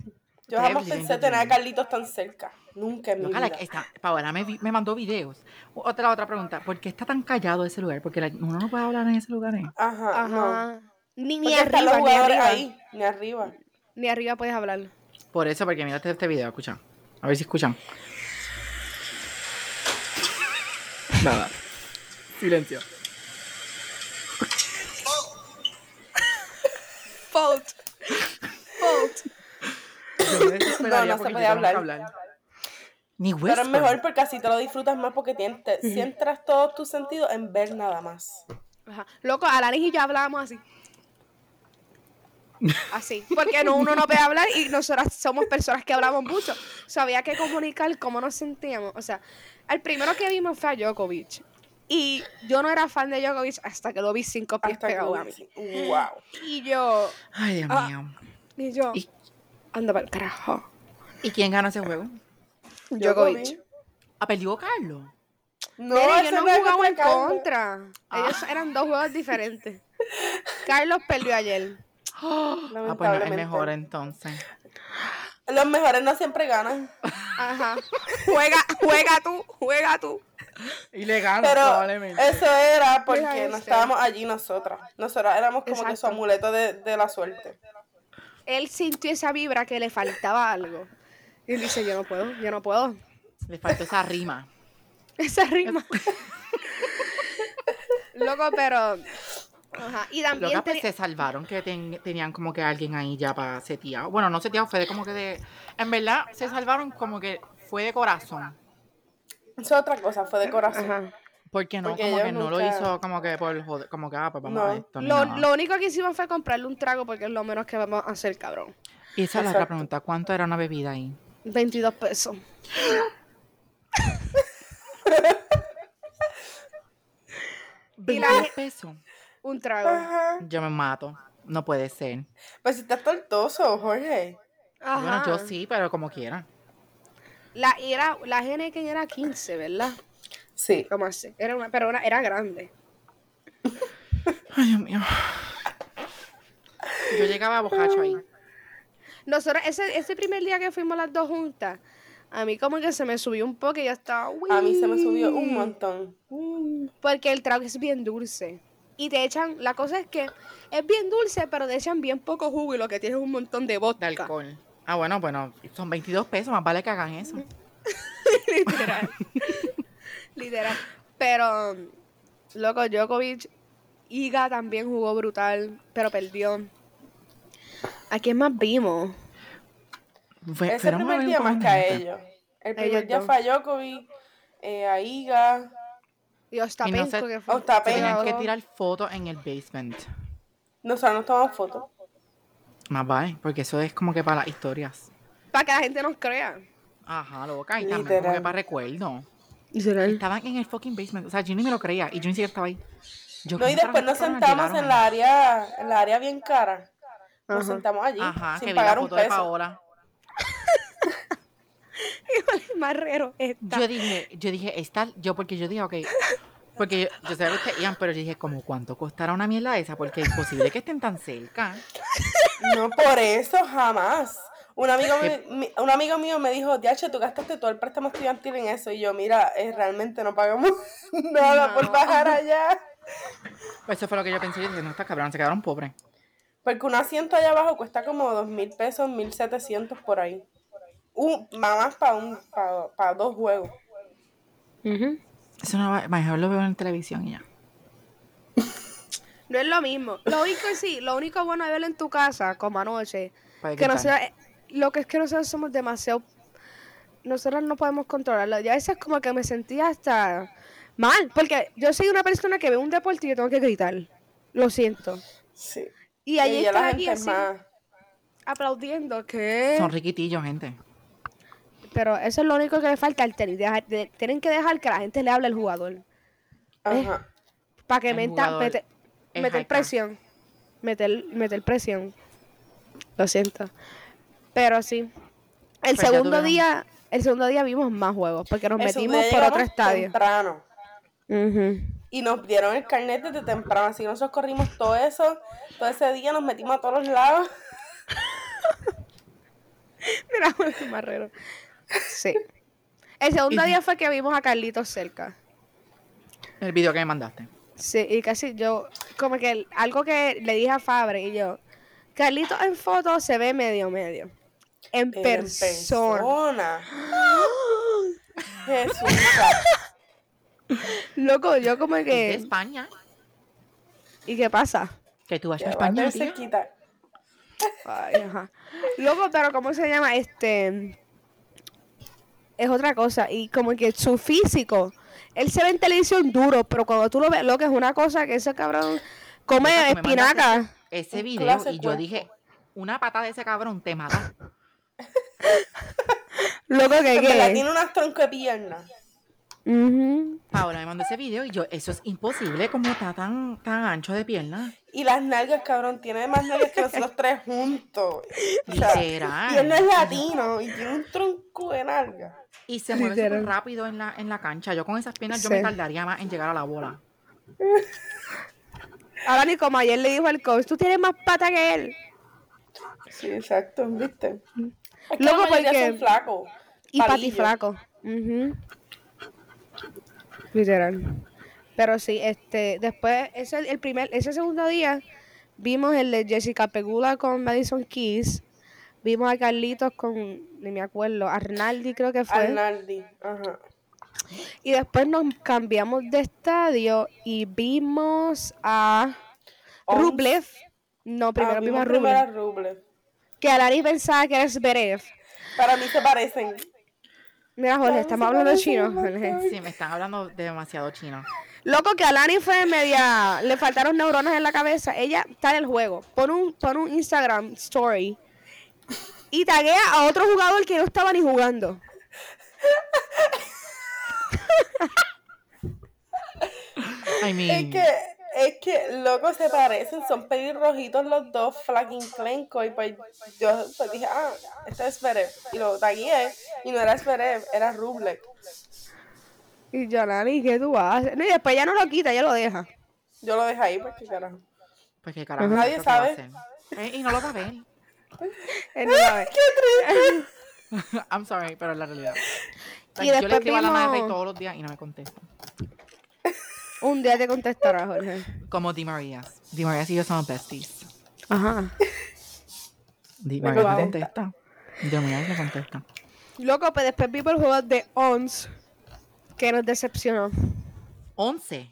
Speaker 3: Yo jamás
Speaker 2: Terrible,
Speaker 3: pensé
Speaker 2: terrible.
Speaker 3: tener a Carlitos tan cerca. Nunca en mi
Speaker 2: Loca,
Speaker 3: vida.
Speaker 2: like, está- Paola me, vi- me mandó videos. Otra otra pregunta. ¿Por qué está tan callado ese lugar? Porque like, uno no puede hablar en ese lugar. ¿eh?
Speaker 3: Ajá, Ah, no.
Speaker 1: Ajá. Ni, ni
Speaker 3: Porque están
Speaker 1: arriba,
Speaker 3: los
Speaker 1: ni
Speaker 3: jugadores
Speaker 1: arriba.
Speaker 3: ahí, ni arriba.
Speaker 1: Ni arriba puedes hablar.
Speaker 2: Por eso, porque mira este, este video, escucha. A ver si escuchan. Nada. Silencio.
Speaker 1: Fault. Fault.
Speaker 2: Yo me desesperaría
Speaker 3: No, no
Speaker 2: porque
Speaker 3: se
Speaker 2: yo
Speaker 3: puede
Speaker 2: tengo que
Speaker 3: hablar.
Speaker 2: Ni
Speaker 3: Pero es
Speaker 2: whisper.
Speaker 3: mejor porque así te lo disfrutas más porque tienes, te- centras todos tus sentidos en ver nada más.
Speaker 1: Ajá. Loco, Alanis y yo hablábamos así. Así. Porque no, uno no puede hablar y nosotras somos personas que hablamos mucho. Sabía que comunicar cómo nos sentíamos. O sea, el primero que vimos fue a Djokovic. Y yo no era fan de Djokovic hasta que lo vi cinco pies
Speaker 3: Hasta que
Speaker 1: pegado a mí.
Speaker 3: Wow.
Speaker 1: Y yo,
Speaker 2: Ay, Dios
Speaker 1: Ah.
Speaker 2: mío.
Speaker 1: y yo,
Speaker 2: Y-
Speaker 1: anda para el carajo.
Speaker 2: ¿Y quién ganó ese juego?
Speaker 1: Djokovic.
Speaker 2: Ah, perdió Carlos.
Speaker 3: No,
Speaker 1: Pero
Speaker 3: eso
Speaker 1: yo no
Speaker 3: es
Speaker 1: jugaba en
Speaker 3: contra Carlos.
Speaker 1: contra. Ellos eran dos juegos diferentes. Carlos perdió ayer.
Speaker 2: Ah, pues no, es
Speaker 3: lamentablemente.
Speaker 2: mejor entonces.
Speaker 3: Los mejores no siempre ganan.
Speaker 1: Ah, Ajá. Juega, juega tú, juega tú.
Speaker 2: Y le gano
Speaker 3: Pero
Speaker 2: probablemente.
Speaker 3: eso era
Speaker 1: Deja
Speaker 3: porque
Speaker 1: de
Speaker 3: no
Speaker 1: ser.
Speaker 3: estábamos allí nosotras. Nosotras éramos como que su
Speaker 1: Pues Exacto.
Speaker 3: amuleto de, de la suerte.
Speaker 1: Él sintió esa vibra que le faltaba algo. Y él dice, yo no puedo, yo no puedo.
Speaker 2: Le faltó esa rima.
Speaker 1: Esa rima. Loco, pero... Ajá. Y
Speaker 2: Lo
Speaker 1: también...
Speaker 2: que pues,
Speaker 1: tenía-
Speaker 2: se salvaron que ten- tenían como que alguien ahí ya para seteado. Bueno, no seteado, fue de como que de. En verdad, se salvaron como que fue de corazón.
Speaker 3: Eso es otra cosa, fue de corazón.
Speaker 1: Ajá.
Speaker 2: Porque no,
Speaker 3: Porque
Speaker 2: como
Speaker 3: ellos
Speaker 2: que no lo
Speaker 3: nunca-
Speaker 2: hizo como que por joder, como que ah, pues vamos a
Speaker 3: No.
Speaker 2: esto. ni
Speaker 1: Lo,
Speaker 2: nada.
Speaker 1: lo único que hicimos fue comprarle un trago porque es lo menos que vamos a hacer, cabrón.
Speaker 2: Y esa es la otra
Speaker 3: Exacto.
Speaker 2: pregunta: ¿cuánto era una bebida ahí?
Speaker 1: 22 pesos. Y la-
Speaker 2: 22 pesos.
Speaker 1: Un trago.
Speaker 3: Ajá.
Speaker 2: Yo me mato. No puede ser.
Speaker 3: Pues si estás tortoso, Jorge.
Speaker 1: Ajá.
Speaker 2: Bueno, yo sí, pero como quiera.
Speaker 1: La, y era, la Heineken era 15, ¿verdad?
Speaker 3: Sí.
Speaker 1: ¿Cómo así? Era una, pero una- era grande.
Speaker 2: Ay, Dios mío. Yo llegaba bocacho ahí.
Speaker 1: Nosotros, ese, ese primer día que fuimos las dos juntas, a mí como que se me subió un poco y ya estaba. "Uy".
Speaker 3: A mí se me subió un montón.
Speaker 1: Porque el trago es bien dulce. Y te echan, la cosa es que es bien dulce, pero te echan bien poco jugo y lo que tienes es un montón de
Speaker 2: De
Speaker 1: vodka.
Speaker 2: alcohol. Ah, bueno, bueno, son 22 pesos, más vale que hagan eso.
Speaker 1: Literal. Literal. Pero, loco, Djokovic, Iga también jugó brutal, pero perdió. ¿A quién más vimos? Pues,
Speaker 2: Fue,
Speaker 3: Ese
Speaker 2: fueron a
Speaker 3: primer
Speaker 2: ver
Speaker 3: día
Speaker 2: como
Speaker 3: más que a
Speaker 2: gente.
Speaker 3: ellos. El primer
Speaker 1: Ellos
Speaker 3: día
Speaker 1: dos.
Speaker 3: fue a Jokovic, eh, a Iga.
Speaker 1: Y Ostapenko,
Speaker 2: sé-
Speaker 1: que fue.
Speaker 2: Se tenían
Speaker 3: Ostapenko.
Speaker 2: que tirar fotos en el basement.
Speaker 3: Nosotros nos tomamos fotos.
Speaker 2: Más vale, porque eso es como que para las historias.
Speaker 1: Para que la gente nos crea.
Speaker 2: Ajá, loca, y también como
Speaker 3: Literal.
Speaker 2: que para recuerdo.
Speaker 1: Literal.
Speaker 2: Estaban en el fucking basement. O sea, yo ni me lo creía y yo ni siquiera estaba ahí. Yo,
Speaker 3: No, y
Speaker 2: ¿cómo
Speaker 3: después nos
Speaker 2: carajo
Speaker 3: sentamos
Speaker 2: llegaron
Speaker 3: en
Speaker 2: ahí?
Speaker 3: la área, en la área bien cara. Nos
Speaker 1: Ajá.
Speaker 3: sentamos allí
Speaker 2: Ajá, que
Speaker 3: sin
Speaker 2: vi la
Speaker 3: pagar un
Speaker 2: foto de
Speaker 3: peso.
Speaker 2: Paola.
Speaker 1: Marrero está.
Speaker 2: Yo dije, yo dije, esta, yo porque yo dije, ok, porque yo, yo sabía que ustedes iban, pero yo dije, como cuánto costará una mierda esa, porque es imposible que estén tan cerca.
Speaker 3: No, por eso jamás. Un amigo, me- mi- un amigo mío me dijo, Diache, tú gastaste todo el préstamo estudiantil en eso. Y yo, mira, eh, realmente no pagamos nada por bajar allá.
Speaker 2: Pues eso fue lo que yo pensé, yo dije, no, estas cabronas se quedaron pobres.
Speaker 3: Porque un asiento allá abajo cuesta como dos mil pesos, mil setecientos por ahí. Un, mamás para un, pa- pa dos juegos.
Speaker 1: Ujú.
Speaker 2: Eso no va, mejor lo veo en televisión y ya.
Speaker 1: No es lo mismo. Lo único sí, lo único bueno de verlo en tu casa, como anoche,
Speaker 2: Para
Speaker 1: que no
Speaker 2: gritar.
Speaker 1: sea, eh, lo que es que nosotros somos demasiado, nosotros no podemos controlarlo. Ya a veces como que me sentía hasta mal, porque yo soy una persona que ve un deporte y yo tengo que gritar. Lo siento.
Speaker 3: Sí.
Speaker 1: Y allí
Speaker 3: ya
Speaker 1: estar
Speaker 3: la
Speaker 1: aquí
Speaker 3: gente es
Speaker 1: así,
Speaker 3: más...
Speaker 1: aplaudiendo, que...
Speaker 2: Son riquitillos, gente.
Speaker 1: Pero eso es lo único que le falta al tenis. dejar- de- tienen que dejar que la gente le hable al jugador. Eh,
Speaker 3: Ajá.
Speaker 1: Para que
Speaker 2: El
Speaker 1: meta,
Speaker 2: jugador
Speaker 1: mete-
Speaker 2: es
Speaker 1: meter
Speaker 2: high class.
Speaker 1: presión. Meter, meter presión. Lo siento. Pero sí. El
Speaker 2: Pues ya
Speaker 1: segundo
Speaker 2: tuvieron-
Speaker 1: día, el segundo día vimos más juegos, porque nos
Speaker 3: Eso,
Speaker 1: metimos
Speaker 3: ya
Speaker 1: por otro
Speaker 3: llegamos
Speaker 1: estadio.
Speaker 3: Temprano.
Speaker 1: Ujú.
Speaker 3: Y nos dieron el carnet desde temprano, así que nosotros corrimos todo eso, todo ese día nos metimos a todos lados.
Speaker 1: Mira, Jorge Marrero. Sí. El segundo día fue que vimos a Carlitos cerca.
Speaker 2: El video que me mandaste.
Speaker 1: Sí, y casi yo, como que el- algo que le dije a Fabre y yo, Carlitos en foto se ve medio medio. En
Speaker 3: En
Speaker 1: persona.
Speaker 3: persona. Jesús. Cristo.
Speaker 1: Loco, yo como
Speaker 2: De
Speaker 1: que,
Speaker 2: España.
Speaker 1: ¿y qué pasa?
Speaker 2: Que tú vas a
Speaker 3: Ya va a
Speaker 2: España.
Speaker 3: tener
Speaker 2: tía.
Speaker 3: este cerquita.
Speaker 1: Ay, ajá. Loco, pero ¿cómo se llama? Este. Es otra cosa. Y como que su físico. Él se ve en televisión duro, pero cuando tú lo ves, lo que es una cosa que ese cabrón come
Speaker 2: Loca, tú me mandaste
Speaker 1: espinaca.
Speaker 2: Ese
Speaker 3: Un
Speaker 2: video
Speaker 3: clase
Speaker 2: y yo
Speaker 3: cuerpo.
Speaker 2: dije, una pata de ese cabrón te mata.
Speaker 1: Loco que
Speaker 3: En verdad
Speaker 1: qué.
Speaker 3: tiene unas tronco de pierna.
Speaker 1: Ujú.
Speaker 2: Paola me mandó ese video y yo, eso es imposible como está tan, tan ancho de pierna.
Speaker 3: Y las nalgas, cabrón, tiene más nalgas que nosotros tres juntos. O sea,
Speaker 2: Literal.
Speaker 3: y él no es latino y tiene un tronco de nalga.
Speaker 2: Y se mueve
Speaker 1: Literal.
Speaker 2: súper rápido en la, en la cancha. Yo con esas piernas yo me
Speaker 1: Sí.
Speaker 2: tardaría más en llegar a la bola.
Speaker 1: Ahora ni como ayer le dijo al coach, tú tienes más pata que él.
Speaker 3: Sí, exacto, ¿viste? Es que la
Speaker 1: Loco,
Speaker 3: mayoría
Speaker 1: porque-
Speaker 3: son flacos.
Speaker 1: Y pati
Speaker 3: palillos.
Speaker 1: flaco. Ujú. Literal. Pero sí, este, después, ese, el primer, ese segundo día, vimos el de Jessica Pegula con Madison Keys. Vimos a Carlitos con, ni me acuerdo, Arnaldi creo que fue.
Speaker 3: Arnaldi, ajá.
Speaker 1: Y después nos cambiamos de estadio y vimos a
Speaker 3: Ons.
Speaker 1: Rublev. No, primero
Speaker 3: Ah,
Speaker 1: vimos a
Speaker 3: vimos primero
Speaker 1: Rublev.
Speaker 3: Rublev.
Speaker 1: Que Alaris pensaba que era Zverev.
Speaker 3: Para mí se parecen.
Speaker 1: Mira, Jorge,
Speaker 3: Claro,
Speaker 1: estamos
Speaker 3: se
Speaker 1: hablando de
Speaker 3: parece
Speaker 1: chino.
Speaker 3: un montón.
Speaker 1: Jorge.
Speaker 2: Sí, me están hablando de demasiado chino.
Speaker 1: Loco, que Alani fue media. Le faltaron neuronas en la cabeza. Ella está en el juego. Pon un, pon un Instagram story. Y taguea a otro jugador que no estaba ni jugando.
Speaker 2: I mean,
Speaker 3: Es que, es que, loco, se parecen, son pelirrojitos los dos, flaking flenco, y pues yo pues, dije, ah, este es Zverev, y lo tagué, y no era Zverev, era Rublev.
Speaker 1: Y yo, Alani, ¿qué tú haces? No, y después ya no lo quita, ya lo deja.
Speaker 3: Yo lo dejé ahí, porque carajo.
Speaker 2: pues qué carajo.
Speaker 3: Nadie
Speaker 2: ¿qué va a
Speaker 3: sabe.
Speaker 2: hacer? Eh, y no lo va a ver.
Speaker 1: Él no la ve.
Speaker 2: I'm sorry, pero es la realidad.
Speaker 1: Y
Speaker 2: yo
Speaker 1: después
Speaker 2: le escribo a la
Speaker 1: vimos-
Speaker 2: madre todos los días y no me contesta.
Speaker 1: Un día te contestará, Jorge.
Speaker 2: Como Di Marías. Di Marías y yo somos besties.
Speaker 1: Ajá.
Speaker 2: Di
Speaker 3: Me
Speaker 2: Marías me
Speaker 3: gusta.
Speaker 2: contesta. Di Marías me contesta.
Speaker 1: Loco, pues después vimos el juego de Ons. Que nos decepcionó.
Speaker 2: Once.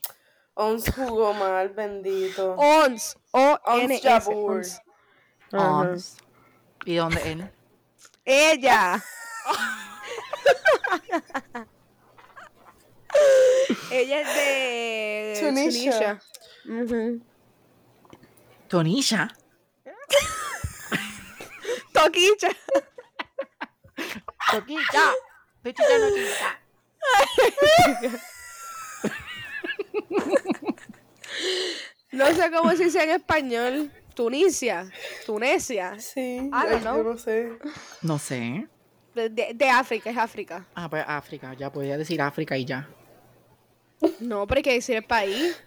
Speaker 3: Ons jugó mal, bendito.
Speaker 1: Ons.
Speaker 3: Ons
Speaker 1: O-N-S.
Speaker 3: Jabeur.
Speaker 1: Ons. Ajá.
Speaker 2: Once. ¿Y dónde él?
Speaker 1: Ella. Ella es de
Speaker 3: Tunisia.
Speaker 1: Tunisia. Ujú.
Speaker 2: Tonisha.
Speaker 1: Toquicha.
Speaker 2: Toquita. Pichita no quita.
Speaker 1: No sé cómo se dice en español. Tunisia. Tunesia.
Speaker 3: Sí,
Speaker 1: I don't
Speaker 3: ay, yo
Speaker 1: know.
Speaker 3: Ah, no sé.
Speaker 2: No sé.
Speaker 1: De, de- de África, es África.
Speaker 2: Ah, pues África. Ya podía decir África y ya.
Speaker 1: No, pero hay que decir el país.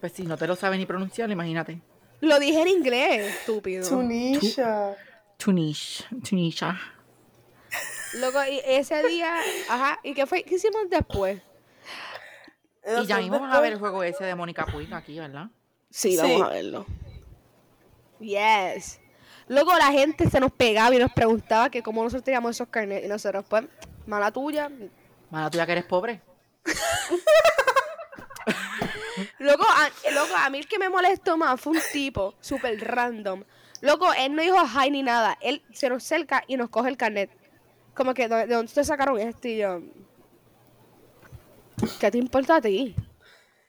Speaker 2: Pues si no te lo sabe ni pronunciar, imagínate.
Speaker 1: Lo dije en inglés, estúpido.
Speaker 3: Tunisia.
Speaker 2: Tunish. Tunisha.
Speaker 1: Loco, y ese día, ajá, ¿y qué fue? ¿Qué hicimos después?
Speaker 2: Y ya mismo vamos a ver el juego ese de Mónica Puig aquí, ¿verdad?
Speaker 1: Sí,
Speaker 3: Sí.
Speaker 1: verlo. Yes. Luego la gente se nos pegaba y nos preguntaba que cómo nosotros teníamos esos carnets. Y nosotros, pues, mala tuya.
Speaker 2: Mala tuya que eres pobre.
Speaker 1: Loco, a, loco, a mí el que me molestó más fue un tipo súper random. Loco, él no dijo hi ni nada. Él se nos acerca y nos coge el carnet. Como que, ¿de de dónde ustedes sacaron este? Y yo, ¿qué te importa a ti?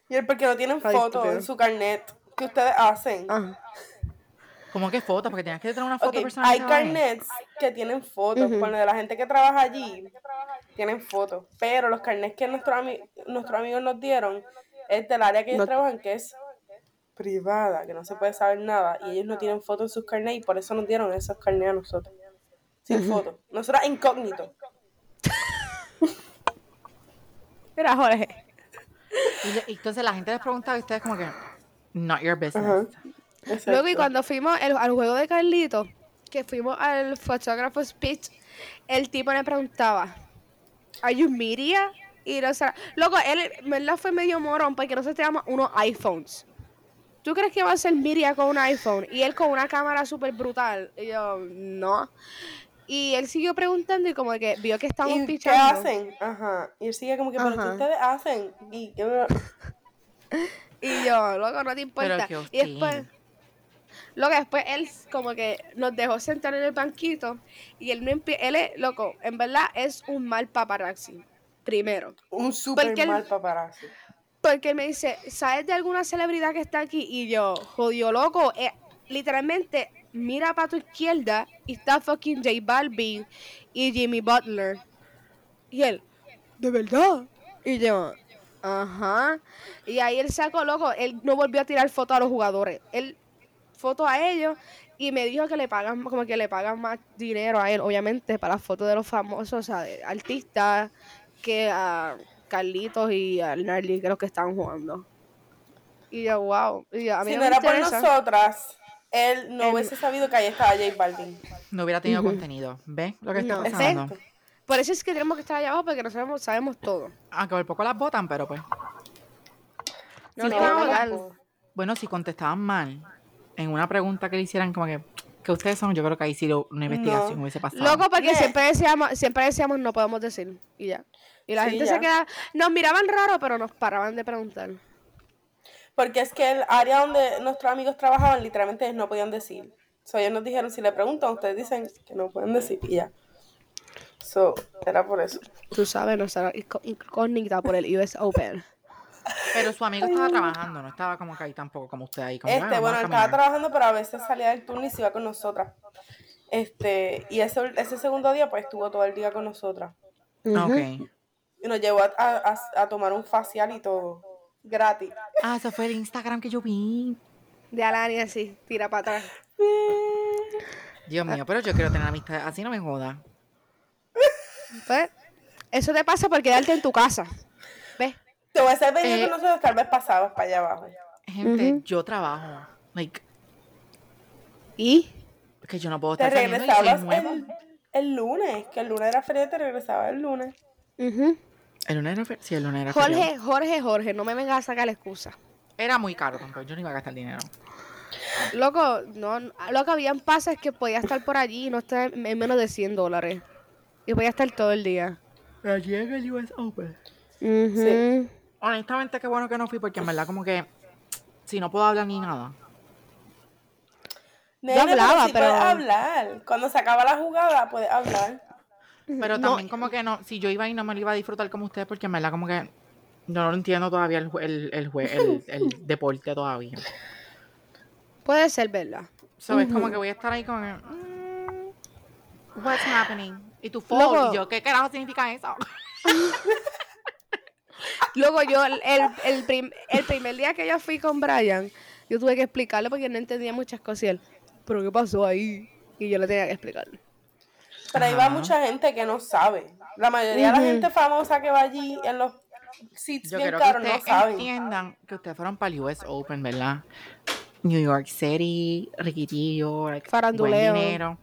Speaker 3: Y el porque no tienen
Speaker 1: Ay,
Speaker 3: foto en
Speaker 1: estúpido.
Speaker 3: su carnet, ¿qué ustedes hacen?
Speaker 1: Ajá.
Speaker 2: ¿Cómo que foto? Porque tenías que tener una foto
Speaker 3: Ok,
Speaker 2: personal.
Speaker 3: hay
Speaker 2: ¿sabes?
Speaker 3: carnets que tienen fotos, bueno, de la gente que trabaja allí tienen fotos, pero los carnets que nuestro ami- nuestros amigos nos dieron es del área que ellos
Speaker 1: No-
Speaker 3: trabajan, que es privada, que no se puede saber nada, y ellos no tienen fotos en sus carnets y por eso nos dieron esos carnets a nosotros, sin fotos. Nosotras incógnito.
Speaker 1: Mira, Jorge.
Speaker 2: Y le- y entonces la gente les preguntaba y ustedes como que, not your business.
Speaker 3: Exacto.
Speaker 1: Luego, y cuando fuimos el- al juego de Carlito, que fuimos al fotógrafo speech, el tipo me preguntaba, ¿Are you media? Y no, sé, loco, él en verdad fue medio morón porque nosotros teníamos unos iPhones. ¿Tú crees que va a ser media con un iPhone? Y él con una cámara súper brutal. Y yo, no. Y él siguió preguntando y como que vio que estábamos
Speaker 3: ¿Y qué
Speaker 1: pichando.
Speaker 3: hacen? Ajá. Y él sigue como que, ¿pero qué
Speaker 1: Ajá.
Speaker 3: ustedes hacen? Y
Speaker 1: Y yo, loco, no te importa.
Speaker 2: qué
Speaker 1: y después,
Speaker 2: hostil.
Speaker 1: loco, después él como que nos dejó sentar en el banquito y él no empie- él es, loco, en verdad es un mal paparazzi, primero.
Speaker 3: un súper
Speaker 1: Porque el-
Speaker 3: mal paparazzi.
Speaker 1: Porque él me dice, ¿sabes de alguna celebridad que está aquí? Y yo, jodido loco, eh, literalmente mira para tu izquierda y está fucking J Balvin y Jimmy Butler. Y él, ¿de verdad? Y yo, ajá. Y ahí él sacó, loco, él no volvió a tirar fotos a los jugadores. Él foto a ellos y me dijo que le pagan, como que le pagan más dinero a él, obviamente, para las fotos de los famosos, o sea, de artistas, que a Carlitos y a Narly, que los que estaban jugando. Y yo, wow. Y yo, a mí
Speaker 3: Si
Speaker 1: no me
Speaker 3: no era por
Speaker 1: interesa.
Speaker 3: nosotras, él no
Speaker 1: Él-
Speaker 3: hubiese sabido que ahí estaba J Balvin.
Speaker 2: No hubiera tenido contenido. ¿Ves lo que está
Speaker 1: No.
Speaker 2: pasando?
Speaker 3: Exacto.
Speaker 1: Por eso es que tenemos que estar allá abajo porque no sabemos, sabemos todo.
Speaker 2: Aunque por poco las votan, pero pues.
Speaker 1: No,
Speaker 2: Sí,
Speaker 1: no,
Speaker 2: estaba
Speaker 1: total.
Speaker 2: Bueno, si contestaban mal en una pregunta que le hicieran, como que, que ustedes son, yo creo que ahí sí lo- una investigación
Speaker 3: No.
Speaker 2: hubiese pasado.
Speaker 1: Loco, porque
Speaker 3: Ne-
Speaker 1: siempre decíamos, siempre decíamos no podemos decir. Y ya. Y la
Speaker 3: Sí,
Speaker 1: gente se
Speaker 3: ya.
Speaker 1: queda. Nos miraban raro, pero nos paraban de preguntar.
Speaker 3: Porque es que el área donde nuestros amigos trabajaban, literalmente ellos no podían decir. So, ellos nos dijeron, si le preguntan, ustedes dicen que no pueden decir y ya. So, era por eso.
Speaker 1: Tú sabes, nos era inco- incógnita por el US Open.
Speaker 2: Pero su amigo estaba trabajando, no estaba como que ahí tampoco, como usted ahí. Como, "Ah,
Speaker 3: Este,
Speaker 2: vamos
Speaker 3: bueno,
Speaker 2: a
Speaker 3: él estaba
Speaker 2: caminar".
Speaker 3: trabajando, pero a veces salía del turno y se iba con nosotras. Este, y ese, ese segundo día, pues estuvo todo el día con nosotras.
Speaker 2: Ah, ok.
Speaker 3: Y nos llevó a, a- a- a tomar un facial y todo. Gratis.
Speaker 2: Ah, eso fue el Instagram que yo vi.
Speaker 1: De Alani así, tira para atrás.
Speaker 2: Dios mío, pero yo quiero tener amistad. Así no me joda.
Speaker 1: Pues, eso te pasa por quedarte en tu casa. ¿Ves?
Speaker 3: Te voy a hacer venir
Speaker 2: Eh.
Speaker 3: con nosotros, tal vez pasabas para allá abajo.
Speaker 2: Gente,
Speaker 1: Ujú.
Speaker 2: yo trabajo. Like,
Speaker 1: Y
Speaker 2: que yo no puedo
Speaker 3: Te
Speaker 2: estar saliendo y soy
Speaker 3: regresabas
Speaker 2: nueva.
Speaker 3: el, el lunes, que el lunes era feriado, te regresabas el lunes.
Speaker 1: ujú.
Speaker 2: El lunes era fe- Sí, el lunes era feriado.
Speaker 1: Jorge, Jorge, Jorge, no me vengas a sacar la excusa.
Speaker 2: Era muy caro tampoco. Yo no iba a gastar dinero.
Speaker 1: Loco, no, no, loco, habían pases que podía estar por allí y no estar en en menos de 100 dólares. Y podía estar todo el día.
Speaker 2: Pero llega el US Open.
Speaker 1: Ujú.
Speaker 2: Honestamente, qué bueno que no fui porque en verdad como que si no puedo hablar ni nada.
Speaker 3: Nene,
Speaker 1: hablaba,
Speaker 3: sí
Speaker 1: pero-
Speaker 3: Puedes hablar. Cuando se acaba la jugada, puedes hablar.
Speaker 2: Pero
Speaker 1: No.
Speaker 2: también como que no, si yo iba y no me lo iba a disfrutar como ustedes porque en verdad como que yo no lo entiendo todavía el jue- el, el, jue- el, el deporte todavía.
Speaker 1: Puede ser, ¿verdad?
Speaker 2: So, es como que voy a estar ahí con el, "Mm, what's happening? Y tu fall,
Speaker 1: Loco.
Speaker 2: y yo, ¿qué carajo significa eso?
Speaker 1: Luego yo, el, el- el prim- el primer día que yo fui con Brian, yo tuve que explicarle porque no entendía muchas cosas. Y él, ¿pero qué pasó ahí? Y yo le tenía que explicar.
Speaker 3: Pero ahí va
Speaker 2: Ajá.
Speaker 3: mucha gente que no sabe. La mayoría de la gente famosa que va allí en los sitios
Speaker 2: Yo
Speaker 3: bien
Speaker 2: quiero
Speaker 3: caros
Speaker 2: que
Speaker 3: no
Speaker 2: ustedes
Speaker 3: saben.
Speaker 2: entiendan que ustedes fueron para el US Open, ¿verdad? New York City, riquitillo, like,
Speaker 1: Faranduleo.
Speaker 2: buen dinero.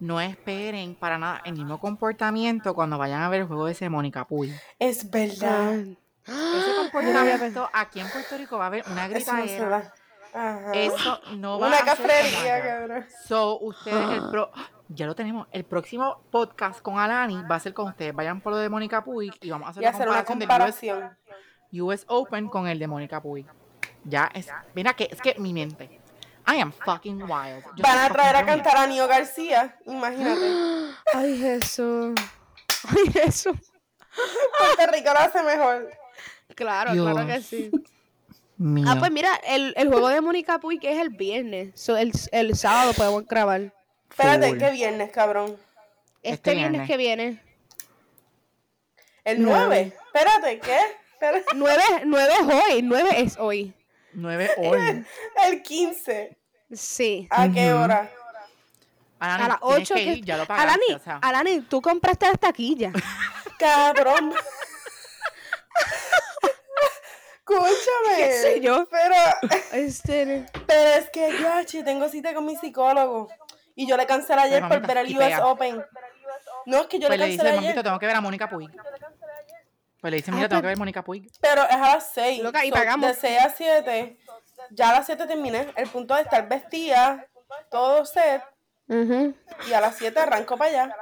Speaker 2: No esperen para nada el mismo comportamiento cuando vayan a ver el juego de Mónica Puy.
Speaker 3: Es verdad.
Speaker 2: Ese comportamiento aquí en Puerto Rico va a haber una
Speaker 3: Eso no se
Speaker 2: gritadera.
Speaker 3: da. Ajá.
Speaker 2: Eso no va a
Speaker 3: Una
Speaker 2: ser como
Speaker 3: cafrería,
Speaker 2: allá.
Speaker 3: cabrón.
Speaker 2: So, ustedes, el pro- ya lo tenemos. El próximo podcast con Alani va a ser con ustedes. Vayan por lo de Mónica Puig y vamos a hacer,
Speaker 3: Y hacer una comparación.
Speaker 2: del US, US Open con el de Mónica Puig. Ya es. Mira que es que mi mente. I am fucking wild. Yo
Speaker 3: Van a
Speaker 2: soy
Speaker 3: traer a
Speaker 2: fucking
Speaker 3: cantar a Nio García, imagínate.
Speaker 1: Ay, Jesús. Ay, Jesús.
Speaker 3: Puerto Rico lo hace mejor.
Speaker 1: Claro, claro que sí.
Speaker 2: Dios
Speaker 1: Ah,
Speaker 2: mío.
Speaker 1: pues mira, el, el juego de Mónica Puy que es el viernes. So, el, el sábado podemos grabar.
Speaker 3: Espérate,
Speaker 2: Full.
Speaker 3: que viernes, cabrón.
Speaker 1: Este,
Speaker 2: Este
Speaker 1: viernes.
Speaker 2: viernes.
Speaker 1: que viene.
Speaker 3: El 9. Espérate, ¿qué? Espérate.
Speaker 1: 9, es hoy, 9 es hoy.
Speaker 2: Nueve hoy.
Speaker 3: El 15.
Speaker 1: Sí.
Speaker 3: ¿A qué hora?
Speaker 2: Alani,
Speaker 1: A las
Speaker 2: Ah, tienes
Speaker 1: 8
Speaker 2: que
Speaker 1: que...
Speaker 2: ir, ya lo pagaste,
Speaker 1: Alani,
Speaker 2: o
Speaker 3: ah,
Speaker 2: sea.
Speaker 1: Alani, tú compraste las taquillas.
Speaker 3: Cabrón. Escúchame.
Speaker 1: ¿Qué sé yo?
Speaker 3: Pero,
Speaker 1: este,
Speaker 3: pero es que, gachi, tengo cita con mi psicólogo. Y yo le cancelé ayer
Speaker 2: Pero,
Speaker 3: por
Speaker 2: mamita,
Speaker 3: ver el US
Speaker 2: quitea.
Speaker 3: Open. No, es que yo
Speaker 2: Pues
Speaker 3: le
Speaker 2: le
Speaker 3: cancelé
Speaker 2: dice, mamito,
Speaker 3: ayer.
Speaker 2: tengo que ver a Mónica Puig. Pues le dice,
Speaker 3: Ah,
Speaker 2: mira, tengo que ver a Mónica Puig.
Speaker 3: Pero es a las 6.
Speaker 1: Loca, y pagamos.
Speaker 3: De 6 a 7. Ya a las 7 terminé. El punto de estar vestida, todo set.
Speaker 1: ujú.
Speaker 3: Y a las 7 arranco para allá.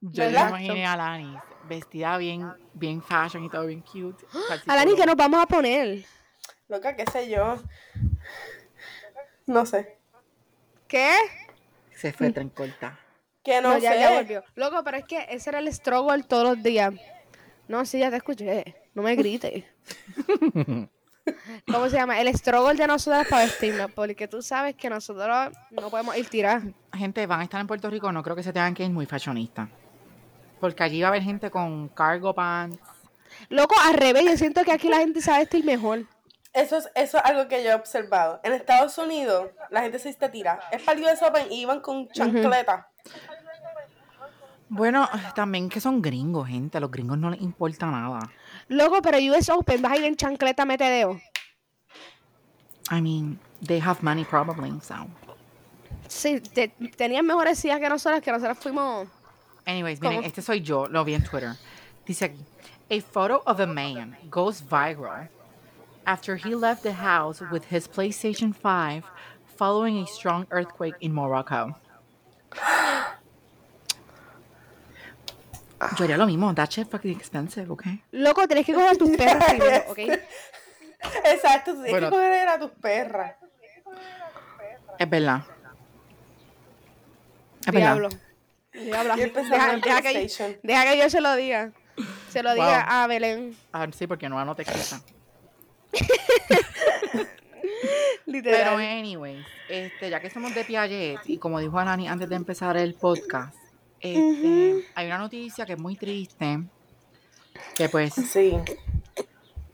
Speaker 2: Yo me
Speaker 3: ¿Verdad?
Speaker 2: imaginé a Alani vestida bien, bien fashion y todo bien cute. para el
Speaker 1: Alani, ¿qué
Speaker 2: psicólogo.
Speaker 1: nos vamos a poner?
Speaker 3: Loca, qué sé yo. No sé.
Speaker 1: ¿Qué?
Speaker 2: Se fue tan corta.
Speaker 3: Que no,
Speaker 1: No, ya,
Speaker 3: sé.
Speaker 1: ya volvió. Loco, pero es que ese era el struggle todos los días. No, sí, ya te escuché. No me grites. ¿Cómo se llama? El struggle de nosotras para vestirnos. Porque tú sabes que nosotros no podemos ir tirar.
Speaker 2: Gente, van a estar en Puerto Rico, no creo que se tengan que ir muy fashionistas. Porque allí va a haber gente con cargo pants.
Speaker 1: Loco, al revés, yo siento que aquí la gente sabe vestir mejor.
Speaker 3: Eso es, eso es algo que yo he observado. En Estados Unidos, la gente se viste tira. Es para el US Open y iban con chancleta.
Speaker 2: Bueno, también que son gringos, gente. A los gringos no les importa nada.
Speaker 1: Loco, pero US Open, vas a ir en chancleta metedeo.
Speaker 2: I mean, they have money probably, so.
Speaker 1: Sí, te- tenían mejores sillas que nosotras, que nosotras fuimos.
Speaker 2: Anyways, miren,
Speaker 1: ¿Cómo?
Speaker 2: este soy yo, lo vi en Twitter. Dice aquí, a photo of a man goes viral after he left the house with his PlayStation 5 following a strong earthquake in Morocco. Yo haría lo mismo, that shit fucking expensive, okay?
Speaker 1: Loco, tenés que coger tus perros primero, ¿ok?
Speaker 3: Exacto, tienes
Speaker 2: Bueno.
Speaker 3: que coger a tus perras.
Speaker 2: Es verdad. Es verdad.
Speaker 1: Diablo. Diablo.
Speaker 3: Yo empezando
Speaker 1: Deja,
Speaker 3: en
Speaker 1: deja que,
Speaker 3: PlayStation.
Speaker 1: deja que yo se lo diga. Se lo
Speaker 2: Wow.
Speaker 1: diga a Belén.
Speaker 2: Ah, sí, porque no anoté cosa. Pero
Speaker 1: Literal.
Speaker 2: anyways, este, ya que somos de Piaget y como dijo Alani antes de empezar el podcast, este, hay una noticia que es muy triste, que pues
Speaker 3: Sí.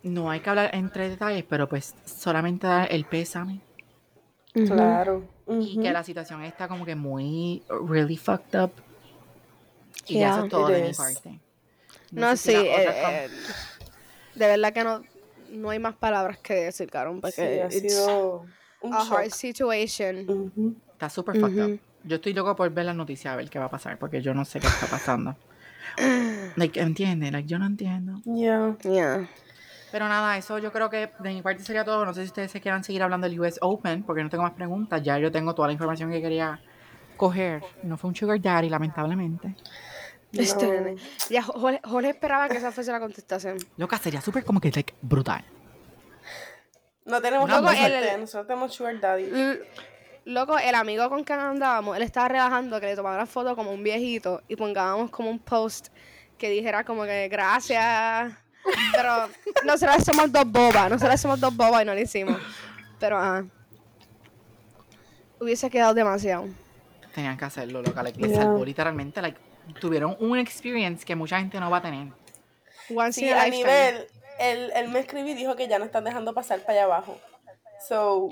Speaker 2: no hay que hablar entre detalles, pero pues solamente dar el pésame
Speaker 1: Ujú.
Speaker 3: Claro.
Speaker 2: y que la situación está como que muy really fucked up. Y ya eso
Speaker 1: Yeah.
Speaker 2: es todo de
Speaker 3: It
Speaker 2: mi
Speaker 3: is.
Speaker 2: parte.
Speaker 1: No,
Speaker 2: sé
Speaker 1: sí.
Speaker 2: si las otras com-
Speaker 1: eh, eh, de verdad que no, no hay más palabras que decir, cabrón, porque
Speaker 3: Sí, ha
Speaker 1: it's
Speaker 3: sido un
Speaker 1: a hard
Speaker 3: shock.
Speaker 1: situation.
Speaker 3: Ujú.
Speaker 2: Está súper fucked up. Yo estoy loco por ver las noticias a ver qué va a pasar, porque yo no sé qué está pasando. like, ¿entiendes? Like, yo no entiendo.
Speaker 3: Yeah.
Speaker 1: Yeah.
Speaker 2: Pero nada, eso yo creo que de mi parte sería todo. No sé si ustedes se quieran seguir hablando del US Open, porque no tengo más preguntas. Ya yo tengo toda la información que quería coger. No fue un sugar daddy, lamentablemente.
Speaker 1: Este
Speaker 3: No.
Speaker 1: nene. Ya, Jo- Jorge, Jorge esperaba que esa fuese la contestación.
Speaker 2: Loca, sería súper como que like, brutal.
Speaker 3: No tenemos
Speaker 2: Loco,
Speaker 3: que
Speaker 1: el-
Speaker 3: suerte, nosotros tenemos Sugar Daddy.
Speaker 1: L- Loco, el amigo con que andábamos, él estaba relajando que le tomara una foto como un viejito y pongábamos como un post que dijera como que gracias. Pero nosotras somos dos bobas, nosotras somos dos bobas y no lo hicimos. Pero ajá. Hubiese quedado demasiado.
Speaker 2: Tenían que hacerlo, loca. Like, les
Speaker 3: Yeah.
Speaker 2: salvó literalmente. Like, tuvieron un experience que mucha gente no va a tener.
Speaker 1: Once
Speaker 3: Sí,
Speaker 1: in a
Speaker 3: a
Speaker 1: lifetime.
Speaker 3: nivel, él, él me escribió y dijo que ya no están dejando pasar para allá abajo. So.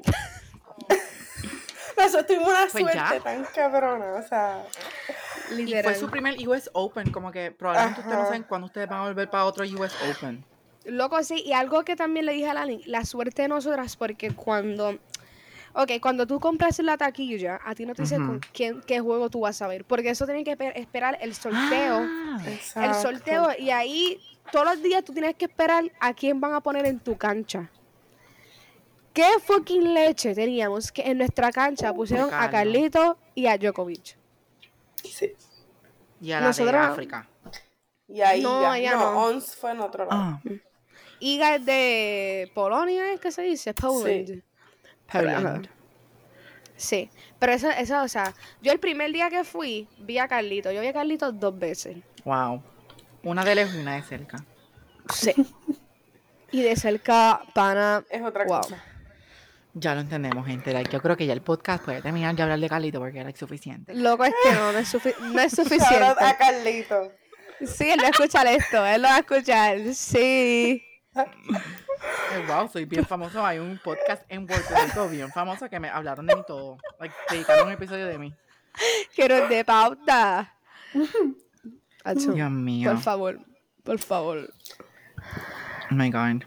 Speaker 3: Nosotros tuvimos una
Speaker 2: Pues ya.
Speaker 3: suerte tan cabrona, o sea.
Speaker 2: Y fue su
Speaker 1: Literal.
Speaker 2: primer US Open. Como que probablemente ustedes no
Speaker 3: Ajá.
Speaker 2: saben cuándo ustedes van a volver para otro US Open.
Speaker 1: Loco, sí, y algo que también le dije a Lani, la suerte de nosotras, porque cuando. Ok, cuando tú compras la taquilla, a ti no te dicen
Speaker 2: Ujú.
Speaker 1: con quién, qué juego tú vas a ver, porque eso tienen que pe- esperar el sorteo.
Speaker 2: Ah,
Speaker 1: el
Speaker 3: exacto.
Speaker 1: sorteo, y ahí todos los días tú tienes que esperar a quién van a poner en tu cancha. ¿Qué fucking leche teníamos que en nuestra
Speaker 2: Uh,
Speaker 1: cancha pusieron a
Speaker 2: Carlos.
Speaker 1: Carlito y a Djokovic?
Speaker 3: Sí.
Speaker 2: y a la de
Speaker 1: Nosotros-
Speaker 2: África.
Speaker 3: Y ahí
Speaker 1: No,
Speaker 3: ya,
Speaker 1: allá
Speaker 3: no,
Speaker 1: no.
Speaker 3: Ons fue en otro lado.
Speaker 2: Ah,
Speaker 1: Y el de Polonia, ¿es que se dice? Poland.
Speaker 2: Poland.
Speaker 1: Sí, pero eso, eso, o sea, yo el primer día que fui, vi a Carlito. Yo vi a Carlito dos veces.
Speaker 2: Wow. Una de lejos y una de cerca.
Speaker 1: Sí. y de cerca, pana.
Speaker 3: Es otra
Speaker 1: Wow.
Speaker 3: cosa.
Speaker 2: Ya lo entendemos, gente. Like, yo creo que ya el podcast puede terminar de hablar de Carlito porque era suficiente.
Speaker 1: Loco, es que no, no es, sufi- no es
Speaker 3: Shout out a
Speaker 1: suficiente.
Speaker 3: Carlito.
Speaker 1: Sí, él va a escuchar esto, él lo va a escuchar. Sí.
Speaker 2: Eh, wow, soy bien famoso. Hay un podcast en Puerto Rico bien famoso que me hablaron de mí todo. Like, dedicaron un episodio de mí.
Speaker 1: Que nos dé pauta. Acho,
Speaker 2: Dios mío.
Speaker 1: por favor, por favor.
Speaker 2: Oh my God.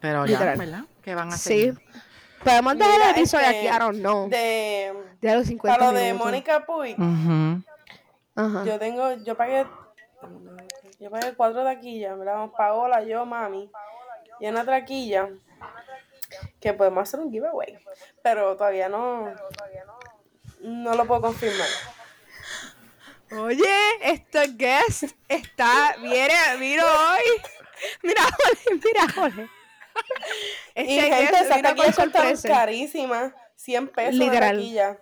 Speaker 2: Pero ya,
Speaker 1: Literal.
Speaker 2: ¿verdad? ¿Qué van a
Speaker 1: Ah, Sí.
Speaker 2: hacer?
Speaker 1: Podemos dejar
Speaker 3: Mira,
Speaker 1: el episodio
Speaker 3: este,
Speaker 1: aquí, I don't know. De,
Speaker 3: De.
Speaker 1: los 50
Speaker 3: Para lo de
Speaker 1: minutos.
Speaker 3: Mónica Puig,
Speaker 2: Ujú.
Speaker 1: Ajá.
Speaker 3: yo tengo. Yo pagué. Yo pagué cuatro taquillas, ¿verdad? Paola, yo, mami. Y una traquilla. Que podemos hacer un giveaway. Pero todavía no. No lo puedo confirmar.
Speaker 1: Oye, este guest está, viene, vino hoy. Mira, Jorge, mira, Jorge. Este
Speaker 3: y gente,
Speaker 1: guest
Speaker 3: esas
Speaker 1: vino con
Speaker 3: taquillas costaron
Speaker 1: sorpresa.
Speaker 3: carísimas. 100 pesos
Speaker 1: Literal.
Speaker 3: la taquilla.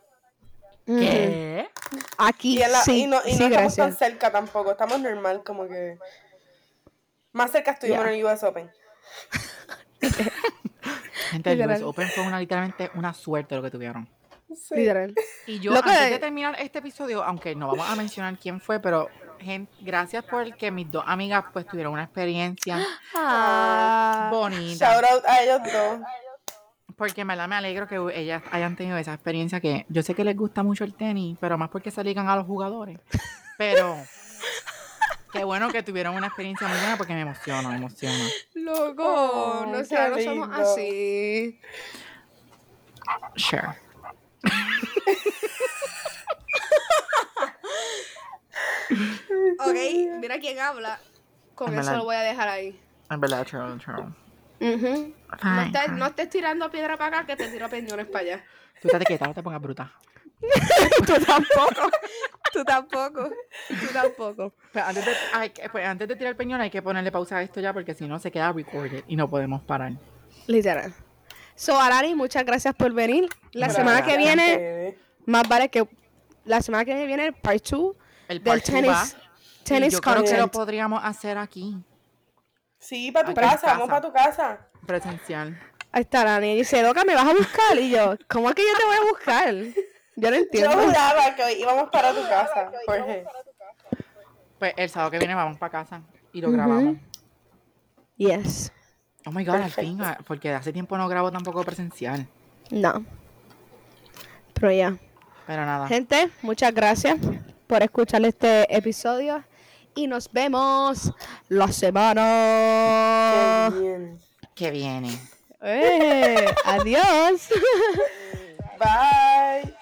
Speaker 1: Mm,
Speaker 2: ¿Qué?
Speaker 1: Aquí,
Speaker 3: Y, en la-
Speaker 1: sí,
Speaker 3: y no, y no
Speaker 1: sí,
Speaker 3: estamos tan
Speaker 1: gracias.
Speaker 3: cerca tampoco. Estamos normal, como que. Más cerca estuvimos
Speaker 1: Ya.
Speaker 3: en el US Open.
Speaker 2: Gente, el US
Speaker 1: Literal.
Speaker 2: Open fue una, literalmente una suerte lo que tuvieron.
Speaker 3: Sí.
Speaker 1: Literal.
Speaker 2: Y yo,
Speaker 1: Lo que-
Speaker 2: antes de terminar este episodio, aunque no vamos a mencionar quién fue, pero gen- gracias por que mis dos amigas pues tuvieron una experiencia
Speaker 1: Ah,
Speaker 2: bonita.
Speaker 3: Shout out a ellos dos.
Speaker 2: Porque en verdad me alegro que ellas hayan tenido esa experiencia que yo sé que les gusta mucho el tenis, pero más porque se ligan a los jugadores. Pero qué bueno que tuvieron una experiencia muy buena porque me emociono, me emociono.
Speaker 1: loco,
Speaker 3: Oh,
Speaker 1: no sé,
Speaker 3: qué
Speaker 1: no somos
Speaker 3: lindo.
Speaker 1: así.
Speaker 2: Sure.
Speaker 1: Ok, mira quién habla. Con
Speaker 2: En
Speaker 1: eso
Speaker 2: verdad.
Speaker 1: lo voy a dejar ahí.
Speaker 2: En verdad, true, true.
Speaker 1: Ujú. No,
Speaker 2: Fine,
Speaker 1: estés,
Speaker 2: fine.
Speaker 1: no estés tirando piedra para acá que te tiro peñones para allá.
Speaker 2: Tú estás quieta, no te pongas bruta.
Speaker 1: Tú tampoco. Tú tampoco. Tú tampoco.
Speaker 2: Pero antes, de, ay, que- pues antes de tirar el peñón hay que ponerle pausa a esto ya porque si no se queda recorded y no podemos parar.
Speaker 1: Literal. So, Alani, muchas gracias por venir. La
Speaker 2: Gracias
Speaker 1: semana que
Speaker 2: a
Speaker 1: viene, más vale que. La semana que viene, el part 2
Speaker 2: El
Speaker 1: del
Speaker 2: part two va,
Speaker 1: tenis,
Speaker 2: y
Speaker 1: tenis
Speaker 2: yo creo que lo
Speaker 1: content.
Speaker 2: podríamos hacer aquí,
Speaker 3: Sí, para tu
Speaker 2: Para tu
Speaker 3: casa, vamos
Speaker 2: casa.
Speaker 3: para tu casa.
Speaker 2: presencial.
Speaker 1: Ahí está Alani. y Dice, Doca, ¿me vas a buscar? Y yo, ¿cómo es que yo te voy a buscar? Yo no
Speaker 3: Yo
Speaker 1: entiendo.
Speaker 3: juraba que hoy íbamos para tu casa, Jorge.
Speaker 2: Pues el sábado que viene vamos para casa y lo grabamos.
Speaker 1: Yes.
Speaker 2: Oh my god, al fin, ah, porque hace tiempo no grabo tampoco presencial.
Speaker 1: No. Pero ya.
Speaker 2: Pero nada.
Speaker 1: Gente, muchas gracias por escuchar este episodio. Y nos vemos la semana.
Speaker 3: Qué bien.
Speaker 2: Que viene.
Speaker 1: Eh, adiós.
Speaker 3: Bye.